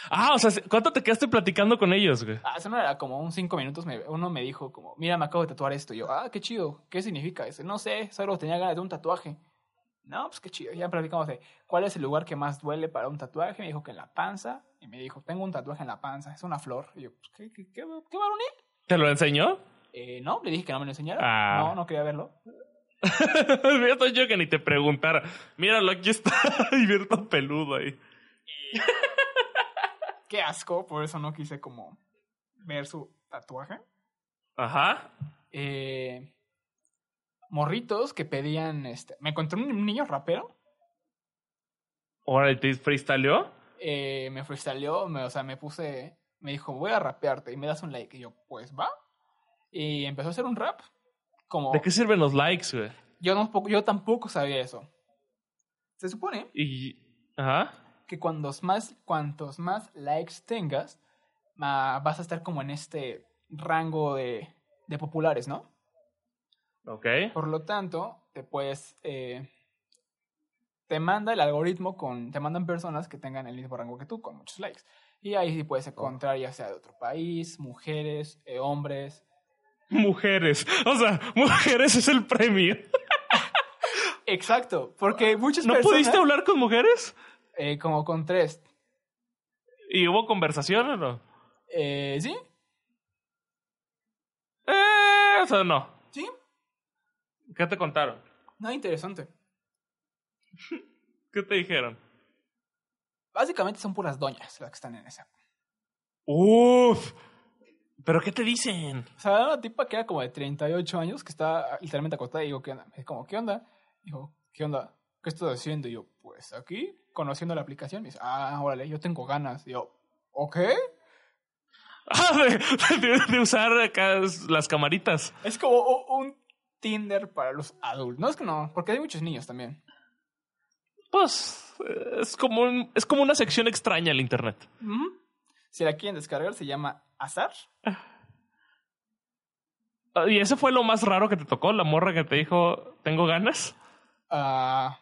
B: Ah, o sea, ¿cuánto te quedaste platicando con ellos, güey?
A: Ah, eso no era como un cinco minutos. me- uno me dijo como, mira, me acabo de tatuar esto. Y yo, ah, qué chido. ¿Qué significa eso? No sé, solo tenía ganas de un tatuaje. No, pues qué chido. Ya platicamos de cuál es el lugar que más duele para un tatuaje. Me dijo que en la panza. Y me dijo, tengo un tatuaje en la panza. Es una flor. Y yo, pues, ¿qué, qué, qué, qué varonil?
B: ¿Te lo enseñó? [laughs]
A: Eh, no, le dije que no me lo enseñara.
B: Ah.
A: No, no quería verlo.
B: Hubiera sido yo que ni te preguntara. Míralo, aquí está. [laughs] y ver todo peludo ahí.
A: Qué asco, por eso no quise como ver su tatuaje.
B: Ajá.
A: eh, morritos que pedían este. Me encontré un niño rapero.
B: Ahora te freestyleó.
A: eh, me freestyleó, me, o sea, me puse. Me dijo, voy a rapearte y me das un like. Y yo, pues va. Y empezó a hacer un rap. Como
B: ¿De qué sirven los likes, güey?
A: yo tampoco, yo tampoco sabía eso. Se supone
B: Y. Ajá.
A: que cuantos más, cuantos más likes tengas, ma- vas a estar como en este rango de, de populares, ¿no?
B: Ok.
A: Por lo tanto, te puedes. eh, te manda el algoritmo con. Te mandan personas que tengan el mismo rango que tú, con muchos likes. Y ahí sí puedes encontrar, ya sea de otro país, mujeres, eh, hombres.
B: Mujeres. O sea, [laughs] mujeres es el premio.
A: Exacto, porque muchas
B: ¿No
A: personas.
B: pudiste hablar con mujeres?
A: eh, como con tres.
B: ¿Y hubo conversación o no?
A: Eh, ¿Sí?
B: Eh, o sea, no.
A: ¿Sí?
B: ¿Qué te contaron?
A: No, interesante.
B: ¿Qué te dijeron?
A: Básicamente son puras doñas las que están en esa.
B: Uf. ¿Pero qué te dicen? [laughs]
A: O sea, era una tipa que era como de 38 años, que está literalmente acostada y digo, ¿qué onda? Es como, ¿qué onda? Dijo, ¿qué onda? ¿Qué estás haciendo? Y yo, pues aquí, conociendo la aplicación, me dice, ah, órale, yo tengo ganas. Y yo, ¿ok?
B: Ah, de, de- de usar acá las camaritas.
A: Es como u- un Tinder para los adultos. No es que no, porque hay muchos niños también.
B: Pues eh, es como, un- es como una sección extraña el internet.
A: Ujú. Si la quieren descargar, se llama Azar.
B: Ah, Y ese fue lo más raro que te tocó, la morra que te dijo, tengo ganas.
A: Ah,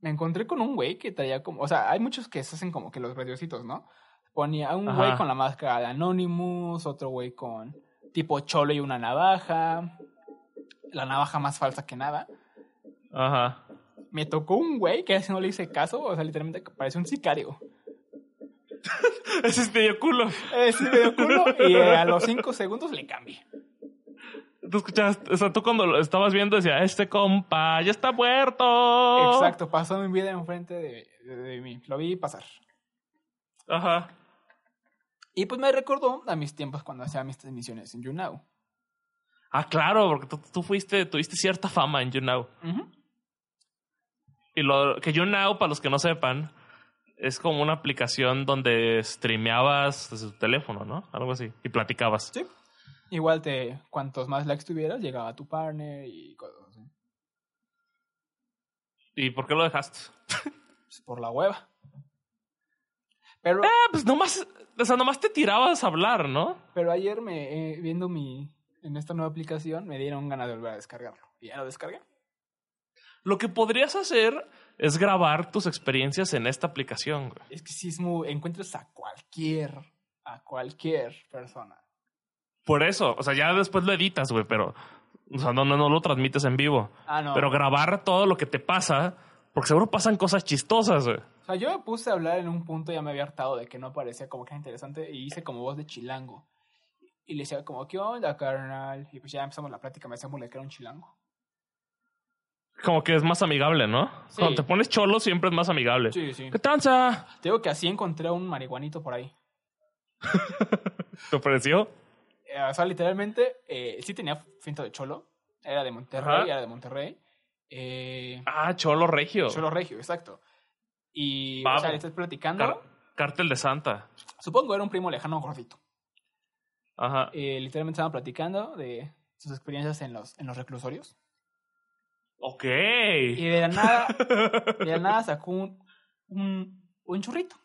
A: me encontré con un güey que traía como, o sea, hay muchos que se hacen como que los radiositos, ¿no? Ponía un
B: Ajá.
A: güey con la máscara de Anonymous, otro güey con tipo cholo y una navaja, la navaja más falsa que nada.
B: Ajá. [laughs]
A: Me tocó un güey que así no le hice caso, o sea, literalmente que parece un sicario.
B: Ese es medio culo.
A: Eh, sí, me dio culo y eh, a los cinco segundos le cambié.
B: Tú escuchaste, o sea, tú cuando lo estabas viendo decía, este compa ya está muerto.
A: Exacto, pasó mi vida enfrente de- de- de mí, lo vi pasar.
B: Ajá.
A: Y pues me recordó a mis tiempos cuando hacía mis transmisiones en YouNow.
B: Ah, claro, porque tú, tú fuiste, tuviste cierta fama en YouNow.
A: Ujú.
B: Y lo que YouNow, para los que no sepan, es como una aplicación donde streameabas desde tu teléfono, ¿no? Algo así. Y platicabas.
A: Sí. Igual te, cuantos más likes tuvieras, llegaba tu partner y cosas así.
B: ¿Y por qué lo dejaste?
A: Pues, Por la hueva. Pero,
B: Ah, pues nomás, o sea, nomás te tirabas a hablar, ¿no?
A: pero ayer me eh, viendo mi en esta nueva aplicación me dieron ganas de volver a descargarlo. Y ya lo descargué.
B: Lo que podrías hacer es grabar tus experiencias en esta aplicación, güey.
A: Es que sí es muy, encuentras a cualquier, a cualquier persona.
B: Por eso, o sea, ya después lo editas, güey, pero o sea, no, no, no lo transmites en vivo.
A: Ah, no.
B: Pero grabar todo lo que te pasa, porque seguro pasan cosas chistosas, güey.
A: O sea, yo me puse a hablar en un punto y ya me había hartado de que no parecía como que era interesante y hice como voz de chilango. Y le decía como, ¿qué onda, carnal? Y pues ya empezamos la plática, me decía como que era un chilango.
B: Como que es más amigable, ¿no?
A: Sí.
B: Cuando te pones cholo siempre es más amigable.
A: Sí, sí.
B: ¿Qué tanza?
A: Te digo que así encontré a un marihuanito por ahí.
B: ¿Te pareció?
A: Eh, o sea, literalmente, eh, sí tenía finta de cholo. Era de Monterrey,
B: Ajá.
A: era de Monterrey. Eh,
B: Ah, cholo regio.
A: cholo regio, exacto. Y, o
B: Vamos.
A: sea, le estás platicando.
B: Car- cártel de Santa.
A: Supongo era un primo lejano gordito.
B: Ajá.
A: Eh, literalmente estaban platicando de sus experiencias en los, en los reclusorios.
B: Ok.
A: Y de la nada, de la
B: [laughs]
A: nada sacó un, un, un churrito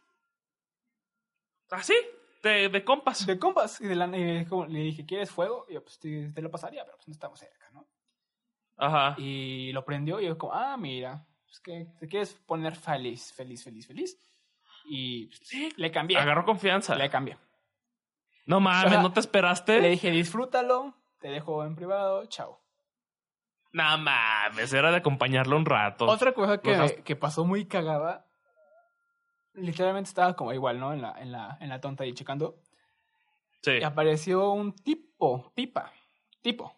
B: ¿Ah, sí? De, de compas.
A: de compas. Y, de la, y es como- le dije, ¿quieres fuego? Y yo, pues te, te lo pasaría, pero pues no estamos cerca, ¿no?
B: Ajá.
A: Y lo prendió y yo como, ah, mira, es que te quieres poner feliz, feliz, feliz, feliz. Y pues,
B: Sí.
A: le cambié.
B: Agarró confianza.
A: Le cambié.
B: No mames,
A: Ajá.
B: ¿no te esperaste?
A: Le dije, disfrútalo, te dejo en privado, chao.
B: No mames, era de acompañarlo un rato.
A: Otra cosa que,
B: los
A: que pasó muy cagada, literalmente estaba como igual, ¿no? En la, en la, en la tonta y checando.
B: Sí.
A: Y apareció un tipo, pipa, tipo.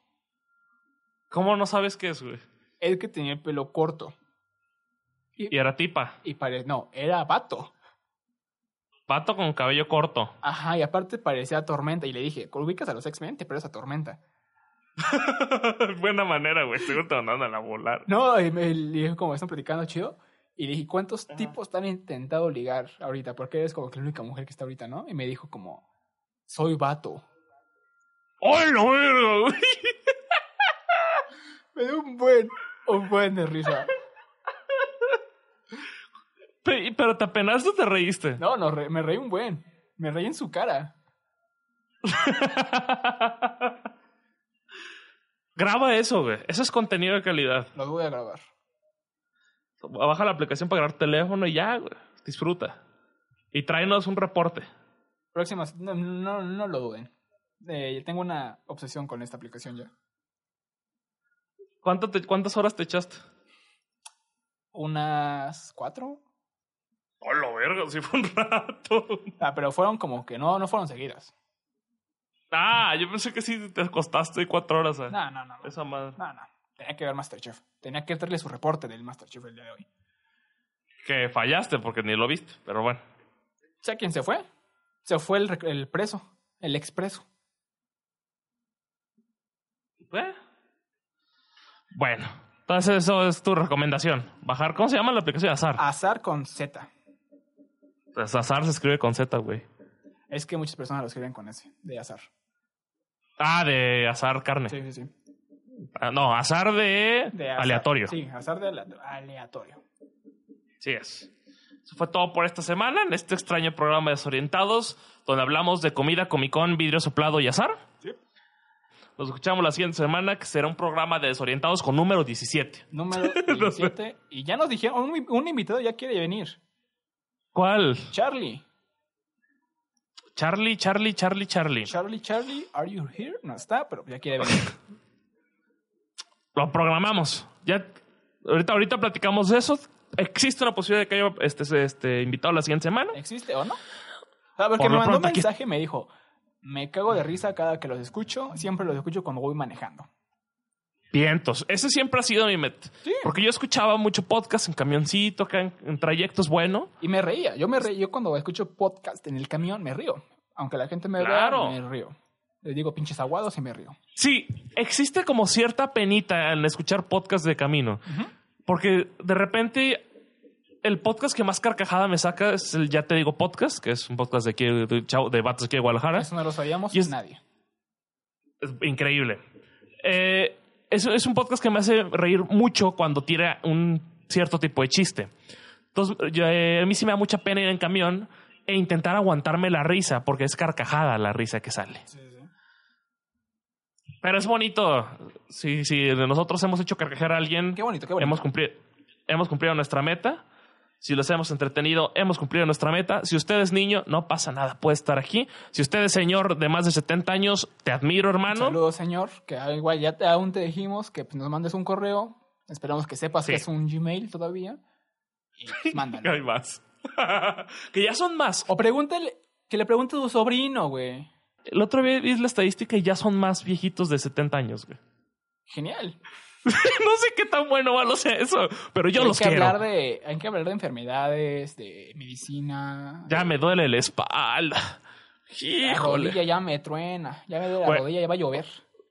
B: ¿Cómo no sabes qué es, güey?
A: El que tenía el pelo corto.
B: Y era tipa.
A: Y pare... No, era vato.
B: Pato con cabello corto.
A: Ajá, y aparte parecía tormenta. Y le dije, ubicas a los X-Men, te esa tormenta.
B: [laughs] Buena manera, güey. Seguro te mandaron a volar.
A: No, y me le dije, como están platicando chido. Y le dije, ¿cuántos tipos te han intentado ligar ahorita? Porque eres como que la única mujer que está ahorita, ¿no? Y me dijo como, soy vato.
B: ¡Ay, la verga, güey!
A: Me dio un buen, un buen de risa.
B: Pe- Pero te apenaste o te [laughs] reíste.
A: No, no, re- me reí un buen. Me reí en su cara.
B: Graba eso, güey. Eso es contenido de calidad.
A: Los voy a grabar.
B: Baja la aplicación para grabar teléfono y ya, güey. Disfruta. Y tráenos un reporte.
A: Próximas, no, no, no lo duden. Eh, tengo una obsesión con esta aplicación ya.
B: ¿Cuánto te- ¿Cuántas horas te echaste?
A: Unas cuatro.
B: ¡Oh, la verga! Sí fue un [laughs] rato.
A: Ah, pero fueron como que no, no fueron seguidas.
B: Ah, yo pensé que sí te acostaste cuatro horas. eh.
A: No, no, no. no.
B: Esa madre.
A: No, no. Tenía que ver Masterchef. Tenía que traerle su reporte del Masterchef el día de hoy.
B: Que fallaste porque ni lo viste, pero bueno.
A: ¿Sabes quién se fue? Se fue el, rec- el preso, el expreso.
B: Eh. Bueno, entonces eso es tu recomendación. Bajar, ¿cómo se llama la aplicación? Azar.
A: Azar con Z.
B: Pues azar se escribe con Z, güey.
A: Es que muchas personas lo escriben con S, de azar.
B: Ah, de azar carne.
A: Sí, sí, sí.
B: Ah, no, azar de,
A: De azar.
B: aleatorio.
A: Sí, azar de ale- aleatorio.
B: Así es. Eso fue todo por esta semana en este extraño programa de Desorientados, donde hablamos de comida, comicón, vidrio soplado y azar.
A: Sí.
B: Nos escuchamos la siguiente semana, que será un programa de Desorientados con número 17. [laughs]
A: Número 17. y ya nos dijeron, un, un invitado ya quiere venir.
B: ¿Cuál?
A: Charlie.
B: Charlie, Charlie, Charlie, Charlie.
A: Charlie, Charlie, are you here? No está, pero ya quiere
B: [laughs]
A: venir.
B: Lo programamos. Ya, ahorita, ahorita platicamos de eso. Existe una posibilidad de que haya este, este invitado la siguiente semana.
A: ¿Existe o no? A ver,
B: Por
A: que me
B: lo
A: mandó un
B: pronto aquí-
A: mensaje y me dijo, me cago de risa cada que los escucho, siempre los escucho cuando voy manejando.
B: Vientos. Ese siempre ha sido mi meta.
A: Sí.
B: Porque yo escuchaba mucho podcast en camioncito, acá en, en trayectos bueno.
A: Y me reía, yo me reí, yo cuando escucho podcast en el camión me río. Aunque la gente me
B: Claro.
A: vea, me río. Les digo pinches aguados y me río.
B: Sí, existe como cierta penita en escuchar podcast de camino. Porque de repente el podcast que más carcajada me saca es el Ya Te Digo Podcast, que es un podcast de aquí, de, chavo- de vatos aquí de Guadalajara.
A: Eso no lo sabíamos
B: ¿Eh? Y es-
A: nadie.
B: Es increíble. Eh, es, es un podcast que me hace reír mucho cuando tira un cierto tipo de chiste. Entonces, yo, eh, a mí sí me da mucha pena ir en camión e intentar aguantarme la risa, porque es carcajada la risa que sale. Pero es bonito. Si, si nosotros hemos hecho carcajear a alguien,
A: Qué bonito, qué bonito.
B: hemos, cumplido, hemos cumplido nuestra meta. Si los hemos entretenido, hemos cumplido nuestra meta. Si usted es niño, no pasa nada, puede estar aquí. Si usted es señor de más de 70 años, te admiro, hermano.
A: Saludos, señor. Que ah, igual ya te- aún te dijimos que pues, nos mandes un correo. Esperamos que sepas
B: Sí.
A: que es un Gmail todavía. Y pues,
B: [laughs]
A: mándalo.
B: [laughs] Hay más. que ya son más.
A: O pregúntale, que le pregunte a tu sobrino, güey.
B: El otro día vi la estadística y ya son más viejitos de 70 años, güey. [laughs]
A: Genial.
B: no sé qué tan bueno o malo sea eso, pero yo
A: hay
B: los
A: que
B: quiero.
A: hablar de, hay que hablar de enfermedades, de medicina.
B: Ya me duele la espalda.
A: la
B: Híjole.
A: rodilla ya me truena, ya me duele la
B: Güey.
A: rodilla, ya va a llover.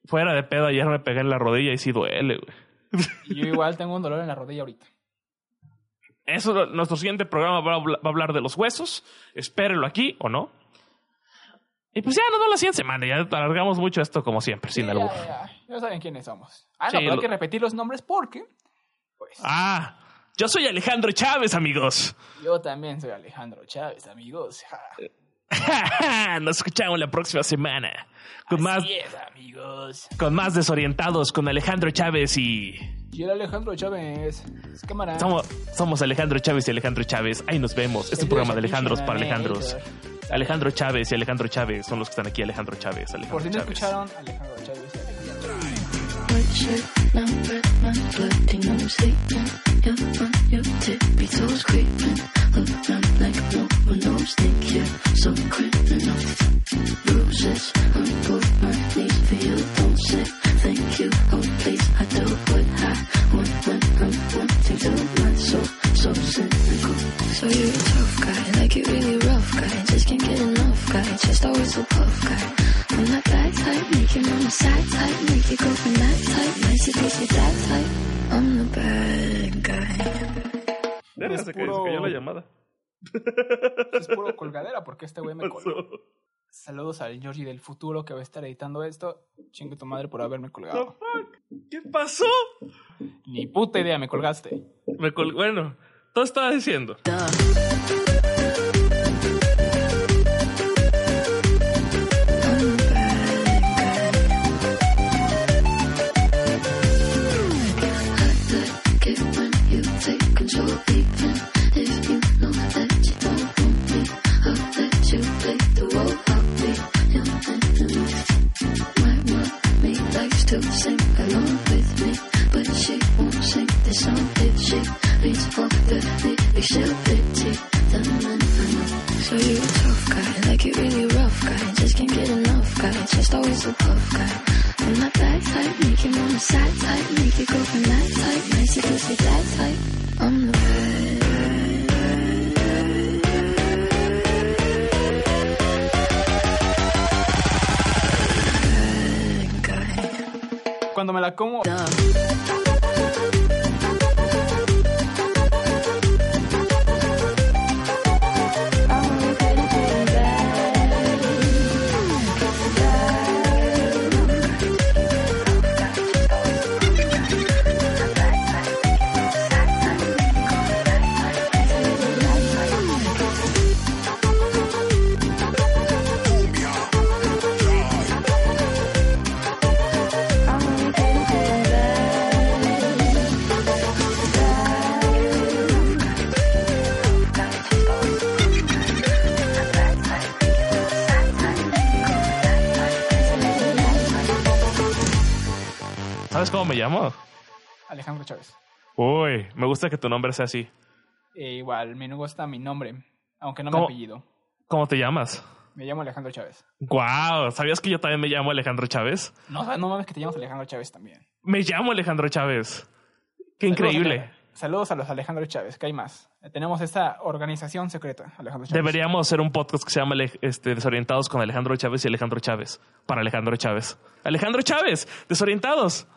B: Fuera de pedo, ayer me pegué en la rodilla y sí duele, güey.
A: Y yo igual tengo un dolor en la rodilla ahorita.
B: Eso, nuestro siguiente programa va a, habl- va a hablar de los huesos. Espérenlo aquí o no. Y pues ya nos vemos la siguiente semana. Ya alargamos mucho esto como siempre, sin
A: Sí,
B: albur.
A: Ya, ya, ya saben quiénes somos. Ah,
B: Sí,
A: no, pero
B: lo-
A: hay que repetir los nombres porque pues,
B: Ah, yo soy Alejandro Chávez, amigos. [laughs]
A: yo también soy Alejandro Chávez, amigos. Ja.
B: nos escuchamos la próxima semana. Con más,
A: Así es, amigos.
B: con más desorientados, con Alejandro Chávez y...
A: Y el Alejandro Chávez. Es cámara.
B: Somos, somos Alejandro Chávez y Alejandro Chávez. Ahí nos vemos. Este es un programa de Alejandros para Alejandros. Alejandro Chávez y Alejandro Chávez son los que están aquí. Alejandro Chávez. Alejandro
A: Por si no
B: Chávez.
A: escucharon, Alejandro Chávez. y Alejandro
C: Bloodshed, not breath, not flirting, no sleeping. You're on your tippy toes creeping. Around like no one knows, think you're so criminal. Bruises, I'm on my knees for you. Don't say thank you, oh please. I do what I want when I'm wanting to. Not so, so cynical. So you're a tough guy, like you really rough guy. Just can't get enough guy, just always so puff guy. I'm that bad type, make your mama sad type, make your girlfriend that type, nice if you that type. I'm the bad guy.
B: Verga,
A: Es
B: se cayó- se
A: puro-
B: cayó la llamada.
A: Chávez. Es puro colgadera porque este güey me colgó.
B: Pasó.
A: Saludos al Georgie del futuro que va a estar editando esto. Chingue tu madre por haberme
B: The
A: colgado.
B: fuck? ¿Qué pasó?
A: Ni puta idea, me colgaste.
B: Me col- Bueno, todo estaba diciendo.
C: Duh. I'm the bad guy. Get when you take control, even if you know that you don't want me. I'll let you play the role. I'll be your enemy. My mommy likes to sing along with me, but she won't sing this song if she reads for the lyrics. She'll pity the man I know. So you a tough guy, like you really rough guy, just can't get enough guy, just always a puff guy. I'm not that type, make your mama sad type, make your girlfriend that type, nice if you say that type. I'm the bad. bad guy.
A: Cuando me la como,
C: Duh. I'm good at being bad. I'm really good at being bad.
B: ¿Sabes cómo me llamo?
A: Alejandro Chávez.
B: Uy, me gusta que tu nombre sea así.
A: E igual, me gusta mi nombre, aunque no mi
B: ¿Cómo?
A: apellido.
B: ¿Cómo te llamas?
A: Me llamo Alejandro Chávez.
B: Wow, ¿sabías que yo también me llamo Alejandro Chávez?
A: No, o sea, no mames que te llamas Alejandro Chávez también.
B: Me llamo Alejandro Chávez.
A: Saludos,
B: Qué increíble.
A: Alejandro. Saludos a los Alejandro Chávez, que hay más. Eh, Tenemos esta organización secreta, Alejandro Chávez.
B: Deberíamos hacer un podcast que se llama Ale- este, Desorientados con Alejandro Chávez y Alejandro Chávez. Para Alejandro Chávez. Alejandro Chávez, desorientados.